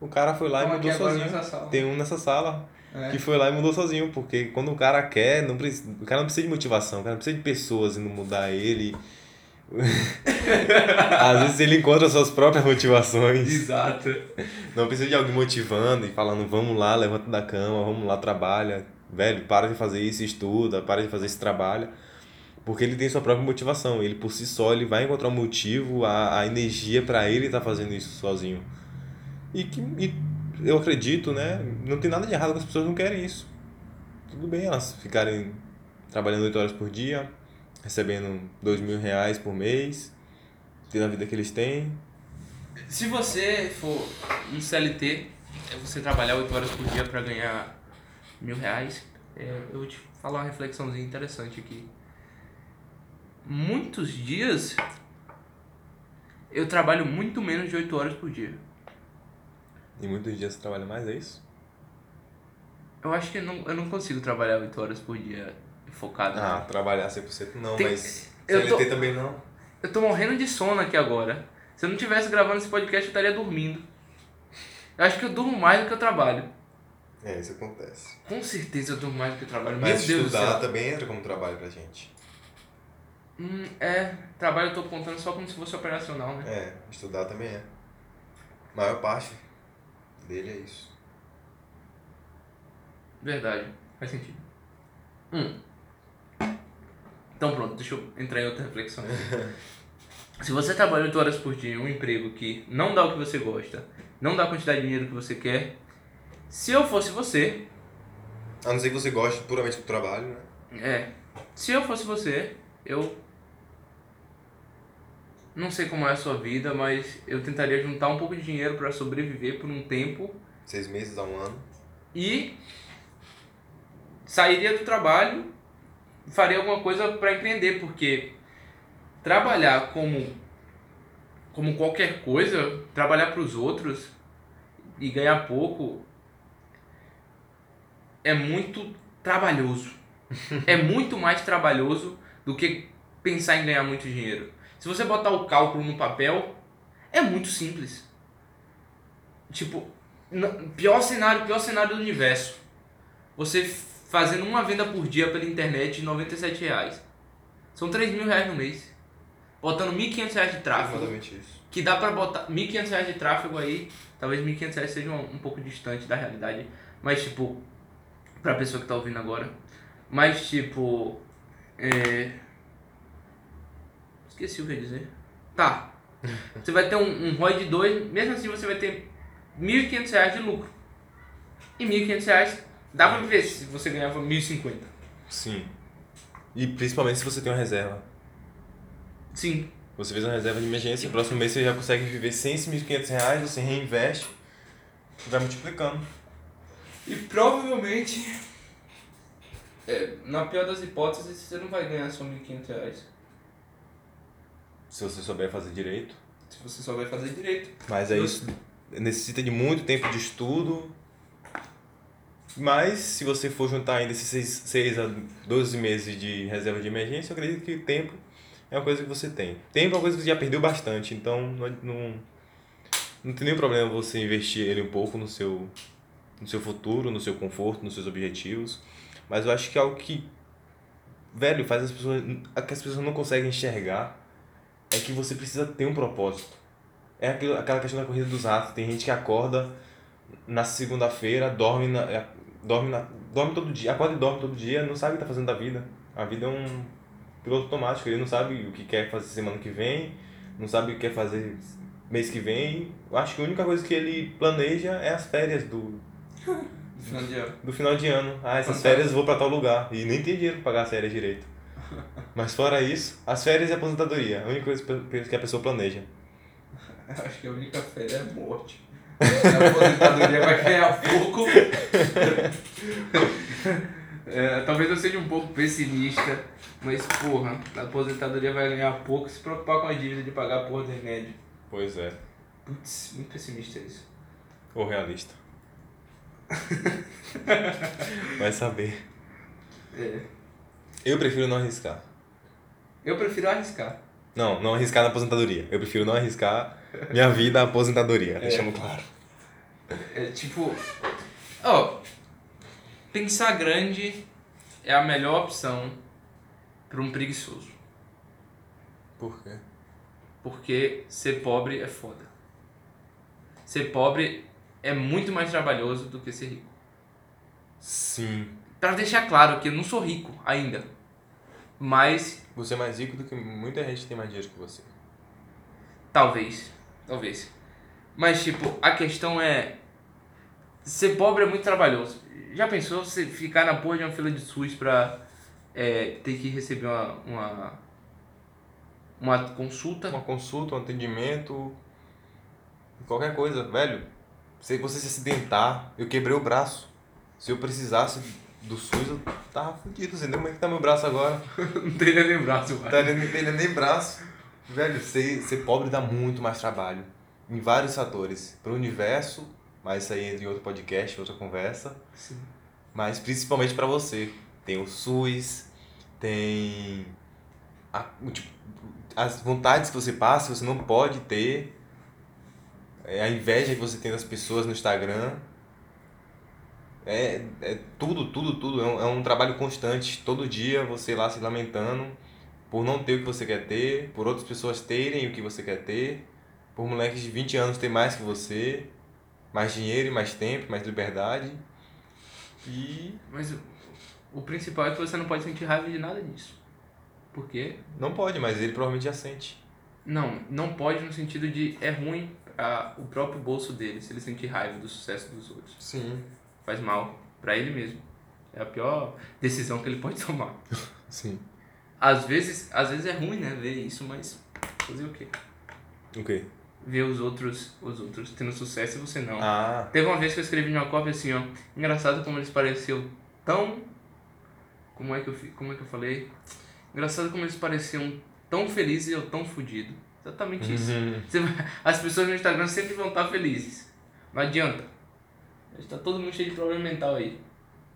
A: o cara foi lá
B: tamo
A: e
B: Então, aqui
A: mudou
B: agora
A: sozinho.
B: nessa sala. né?
A: Tem um nessa sala
B: É.
A: que foi lá e mudou sozinho, porque quando o cara quer, não precisa, o cara não precisa de motivação, o cara não precisa de pessoas e não mudar ele. [LAUGHS] Às vezes ele encontra suas próprias motivações.
B: Exato.
A: Não precisa de alguém motivando e falando, vamos lá, levanta da cama, vamos lá, trabalha. Velho, para de fazer isso, estuda, para de fazer esse trabalho. Porque ele tem sua própria motivação. Ele por si só, ele vai encontrar o motivo, a, a energia para ele estar fazendo isso sozinho. E que e eu acredito, né? Não tem nada de errado que as pessoas não querem isso. Tudo bem elas ficarem trabalhando 8 horas por dia, recebendo dois mil reais por mês, tendo a vida que eles têm.
B: Se você for um CLT, é você trabalhar 8 horas por dia pra ganhar mil reais, é, eu vou te falar uma reflexãozinha interessante aqui. Muitos dias eu trabalho muito menos de 8 horas por dia.
A: E muitos dias você trabalha mais, é isso?
B: Eu acho que eu não, eu não consigo trabalhar 8 horas por dia focado.
A: Ah, trabalhar 100% não,
B: Tem-
A: mas
B: eu
A: CLT
B: tô-
A: também não.
B: Eu tô morrendo de sono aqui agora. Se eu não tivesse gravando esse podcast, eu estaria dormindo. Eu acho que eu durmo mais do que eu trabalho.
A: É, isso acontece.
B: Com certeza eu durmo mais do que eu trabalho. Meu
A: Mas
B: Deus do céu.
A: estudar também entra como trabalho pra gente.
B: Hum, é, trabalho eu tô contando só como se fosse operacional, né?
A: É, estudar também é. A maior parte dele é isso.
B: Verdade, faz sentido. Hum. Então pronto, deixa eu entrar em outra reflexão. se você trabalha 8 horas por dia em um emprego que não dá o que você gosta, não dá a quantidade de dinheiro que você quer, se eu fosse você,
A: A não ser que você goste puramente do trabalho, né?
B: é, se eu fosse você, eu não sei como é a sua vida, mas eu tentaria juntar um pouco de dinheiro pra sobreviver por um tempo
A: Seis meses a um ano.
B: e sairia do trabalho, faria alguma coisa para empreender, porque trabalhar como como qualquer coisa, trabalhar para os outros e ganhar pouco é muito trabalhoso. é muito mais trabalhoso do que pensar em ganhar muito dinheiro. Se você botar o cálculo no papel, é muito simples. Tipo, n- pior cenário, pior cenário do universo. Você f- fazendo uma venda por dia pela internet de 97 reais. São 3 mil reais no mês. Botando 1.500 reais de tráfego
A: é Exatamente isso.
B: que dá pra botar 1.500 reais de tráfego aí, talvez 1.500 reais seja um, um pouco distante da realidade, mas tipo, pra pessoa que tá ouvindo agora, mas tipo, é... esqueci o que eu ia dizer, tá, você vai ter um, um ROI de 2, mesmo assim você vai ter 1.500 reais de lucro, e 1.500 reais dá pra viver se você ganhava 1.050,
A: Sim. E principalmente se você tem uma reserva.
B: sim,
A: Você fez uma reserva de emergência, no próximo mês você já consegue viver sem esses 1.500 reais, você reinveste e vai multiplicando.
B: e provavelmente, é, na pior das hipóteses, você não vai ganhar só 1.500 reais.
A: Se você souber fazer direito.
B: se você só vai fazer direito.
A: Mas é isso. Necessita de muito tempo de estudo. Mas se você for juntar ainda esses 6, a 12 meses de reserva de emergência, eu acredito que tempo é uma coisa que você tem. Tempo é uma coisa que você já perdeu bastante, então não, não, não tem nenhum problema você investir ele um pouco no seu, no seu futuro, no seu conforto, nos seus objetivos. Mas eu acho que é algo que, velho, faz as pessoas. que as pessoas não conseguem enxergar é que você precisa ter um propósito. É aquilo, aquela questão da corrida dos ratos. Tem gente que acorda na segunda-feira, dorme na, é, dorme na. dorme todo dia, acorda e dorme todo dia, não sabe o que tá fazendo da vida. A vida é um piloto automático, ele não sabe o que quer fazer semana que vem, não sabe o que quer fazer mês que vem. Eu acho que a única coisa que ele planeja é as férias do,
B: No final de ano.
A: do final de ano. Ah, essas
B: Quando
A: férias eu vou pra tal lugar. E nem tem dinheiro pra pagar as férias direito. Mas fora isso, as férias e a aposentadoria. A única coisa pe- que a pessoa planeja.
B: Eu [LAUGHS] acho que a única fé é morte. A aposentadoria vai ganhar pouco. [LAUGHS] É, talvez eu seja um pouco pessimista, mas porra, a aposentadoria vai ganhar pouco e se preocupar com a dívida de pagar a porra do remédio.
A: Pois é.
B: Putz, muito pessimista isso.
A: Ou realista. [LAUGHS] Vai saber.
B: É.
A: Eu prefiro não arriscar.
B: Eu prefiro arriscar.
A: Não, não arriscar na aposentadoria. Eu prefiro não arriscar minha vida à aposentadoria. Deixamos claro.
B: É tipo. Ó. pensar grande é a melhor opção para um preguiçoso.
A: Por quê?
B: Porque ser pobre é foda. Ser pobre é muito mais trabalhoso do que ser rico.
A: Sim.
B: Pra deixar claro que eu não sou rico ainda. Mas
A: Você é mais rico do que muita gente que tem mais dinheiro que você.
B: talvez, talvez. Mas tipo, a questão é ser pobre é muito trabalhoso. Já pensou você ficar na porra de uma fila de SUS pra é, ter que receber uma uma, uma consulta?
A: Uma [LAUGHS] consulta, um atendimento, qualquer coisa, velho. Se você se acidentar, eu quebrei o braço. Se eu precisasse do SUS, eu tava fudido. Você entendeu como é que tá meu braço agora?
B: não teria lembrado, mano.
A: Tá, ele não tem nem braço. Velho, ser, ser pobre dá muito mais trabalho. Em vários fatores. Pro universo, mas isso aí entra em outro podcast, outra conversa.
B: Sim.
A: Mas principalmente pra você. Tem o SUS, tem a- o tipo, as vontades que você passa, que você não pode ter. É, a inveja que você tem das pessoas no Instagram. É, é tudo, tudo, tudo. É um, é um trabalho constante. Todo dia você lá se lamentando por não ter o que você quer ter, por outras pessoas terem o que você quer ter, por moleques de 20 anos ter mais que você, mais dinheiro e mais tempo, mais liberdade. E
B: Mas o, o principal é que você não pode sentir raiva de nada disso. Porque
A: Não pode, mas ele provavelmente já sente.
B: não, não pode no sentido de é ruim para o próprio bolso dele se ele sentir raiva do sucesso dos outros.
A: Sim.
B: Faz mal pra ele mesmo. É a pior decisão que ele pode [LAUGHS] tomar.
A: Sim.
B: Às vezes, às vezes é ruim, né, ver isso, mas fazer o quê?
A: O quê?
B: Ver os outros, os outros tendo sucesso e você não.
A: Ah,
B: Teve uma vez que eu escrevi numa cópia assim, ó. Engraçado como eles pareciam tão. Como é que eu, fi- como é que eu falei? Engraçado como eles pareciam tão felizes e eu tão fudido. Exatamente isso.
A: uhum.
B: Você vai- As pessoas no Instagram sempre vão estar felizes. Não adianta. Tá todo mundo cheio de problema mental aí.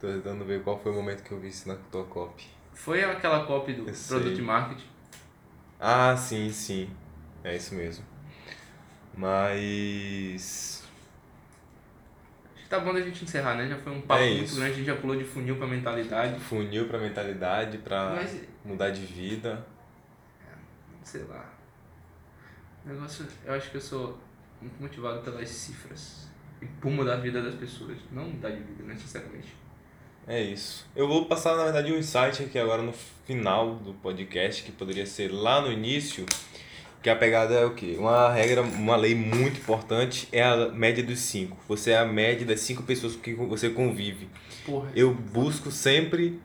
A: tô tentando ver qual foi o momento que eu vi isso na tua copy.
B: Foi aquela cópia do
A: Eu
B: Product
A: sei.
B: Marketing.
A: Ah, sim, sim. É isso mesmo. Mas.
B: Acho que tá bom da gente encerrar, né? Já foi um papo
A: É
B: muito
A: isso.
B: grande, a gente já pulou de funil pra mentalidade.
A: Funil pra mentalidade, pra
B: Mas
A: mudar de vida.
B: sei lá. O negócio, eu acho que eu sou muito motivado pelas cifras e por mudar a vida das pessoas, não mudar de vida né? necessariamente.
A: É isso. Eu vou passar, na verdade, um insight aqui agora no final do podcast, que poderia ser lá no início, que a pegada é o quê? Uma regra, uma lei muito importante é a média dos cinco. Você é a média das cinco pessoas com quem você convive.
B: Porra,
A: Eu busco sempre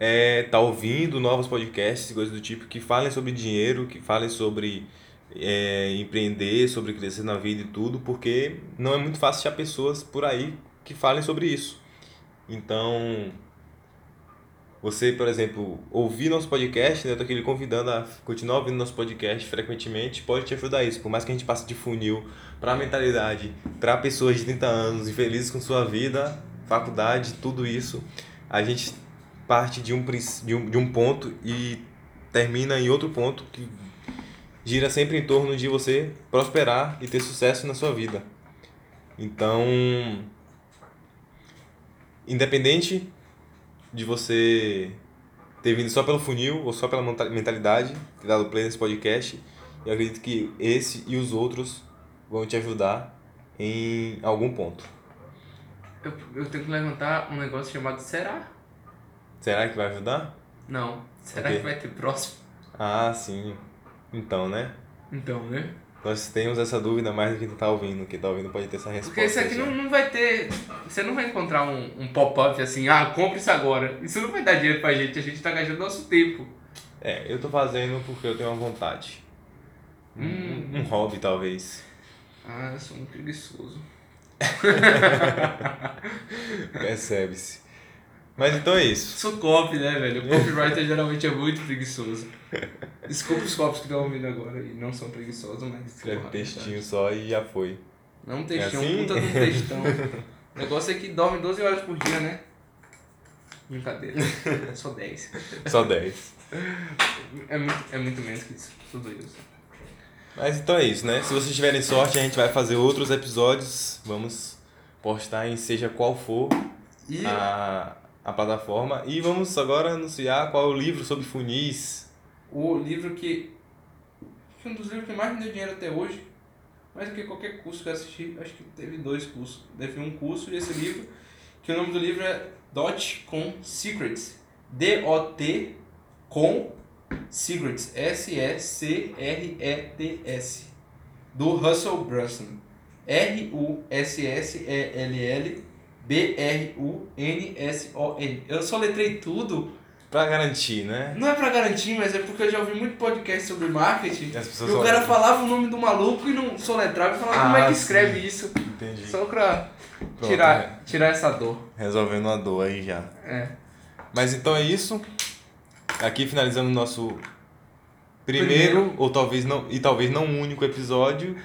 A: é, tá ouvindo novos podcasts, coisas do tipo, que falem sobre dinheiro, que falem sobre é, empreender, sobre crescer na vida e tudo, porque não é muito fácil achar pessoas por aí que falem sobre isso. Então, você, por exemplo, ouvir nosso podcast, né? Eu tô aqui lhe convidando a continuar ouvindo nosso podcast frequentemente, pode te ajudar isso. Por mais que a gente passe de funil pra mentalidade, pra pessoas de 30 anos, infelizes com sua vida, faculdade, tudo isso, a gente parte de um, princ- de um, de um ponto e termina em outro ponto que gira sempre em torno de você prosperar e ter sucesso na sua vida. Então, independente de você ter vindo só pelo funil ou só pela monta- mentalidade, ter dado play nesse podcast, eu acredito que esse e os outros vão te ajudar em algum ponto.
B: Eu, eu tenho que levantar um negócio chamado será?
A: Será que vai ajudar?
B: Não. Será
A: O quê?
B: que vai ter próximo?
A: Ah, sim. Então, né?
B: Então, né?
A: Nós temos essa dúvida mais do que quem tá ouvindo. Quem tá ouvindo pode ter essa resposta.
B: Porque isso aqui
A: já.
B: não, não vai ter. Você não vai encontrar um, um pop-up assim, ah, compre isso agora. Isso não vai dar dinheiro pra gente, a gente tá gastando nosso tempo.
A: É, eu tô fazendo porque eu tenho uma vontade. Um-
B: Hum.
A: um hobby, talvez.
B: Ah, eu sou um preguiçoso.
A: Percebe-se. Mas então é isso.
B: Sou copy, né, velho? O copywriter geralmente é muito preguiçoso. Desculpa os cops que estão ouvindo agora e não são preguiçosos, mas.
A: Escreve
B: porra,
A: é
B: tá.
A: textinho só e já foi.
B: Não um textão,
A: É assim?
B: um puta de um textão. o negócio é que dorme 12 horas por dia, né?
A: [LAUGHS]
B: Brincadeira. É só 10.
A: Só 10.
B: É muito, é muito menos que isso. assim. Tudo isso.
A: Mas então é isso, né? Se vocês tiverem sorte, a gente vai fazer outros episódios. Vamos postar em seja qual for
B: E
A: Ah, a, a plataforma. E vamos agora anunciar qual é o livro sobre funis.
B: o livro que. que é um dos livros que mais me deu dinheiro até hoje. Mais do que qualquer curso que eu assisti, acho que teve dois cursos. Teve um curso e esse livro, que o nome do livro é Dot com Secrets. D-O-T com Secrets. S-E-C-R-E-T-S. Do Russell Brunson. R-U-S-S-E-L-L B-R-U-N-S-O-N. Eu só letrei tudo
A: Pra garantir, né?
B: não é pra garantir, mas é porque eu já ouvi muito podcast sobre marketing.
A: E As pessoas
B: E o
A: só-
B: cara falava o nome do maluco e não soletrava e falava
A: Ah,
B: como é que
A: sim.
B: escreve isso.
A: Entendi.
B: Só pra
A: Pronto, né?
B: tirar, tirar essa dor.
A: Resolvendo uma dor aí já.
B: É.
A: Mas então é isso. Aqui finalizando o nosso primeiro,
B: Primeiro.
A: ou talvez não, e talvez não um único
B: [LAUGHS]
A: episódio.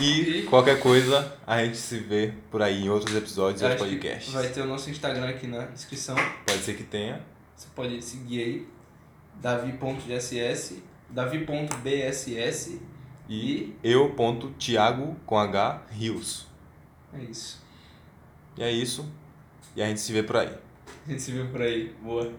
A: e,
B: E-
A: qualquer coisa, a gente se vê por aí em outros episódios e
B: Acho
A: outros
B: que
A: podcasts.
B: Vai ter o nosso Instagram aqui na descrição.
A: Pode ser que tenha.
B: Você pode seguir aí. Davi.dss, Davi.bss
A: E,
B: e
A: eu ponto Thiago com H Rios.
B: é isso.
A: E é isso. E a gente se vê por aí.
B: A gente se vê por aí. Boa.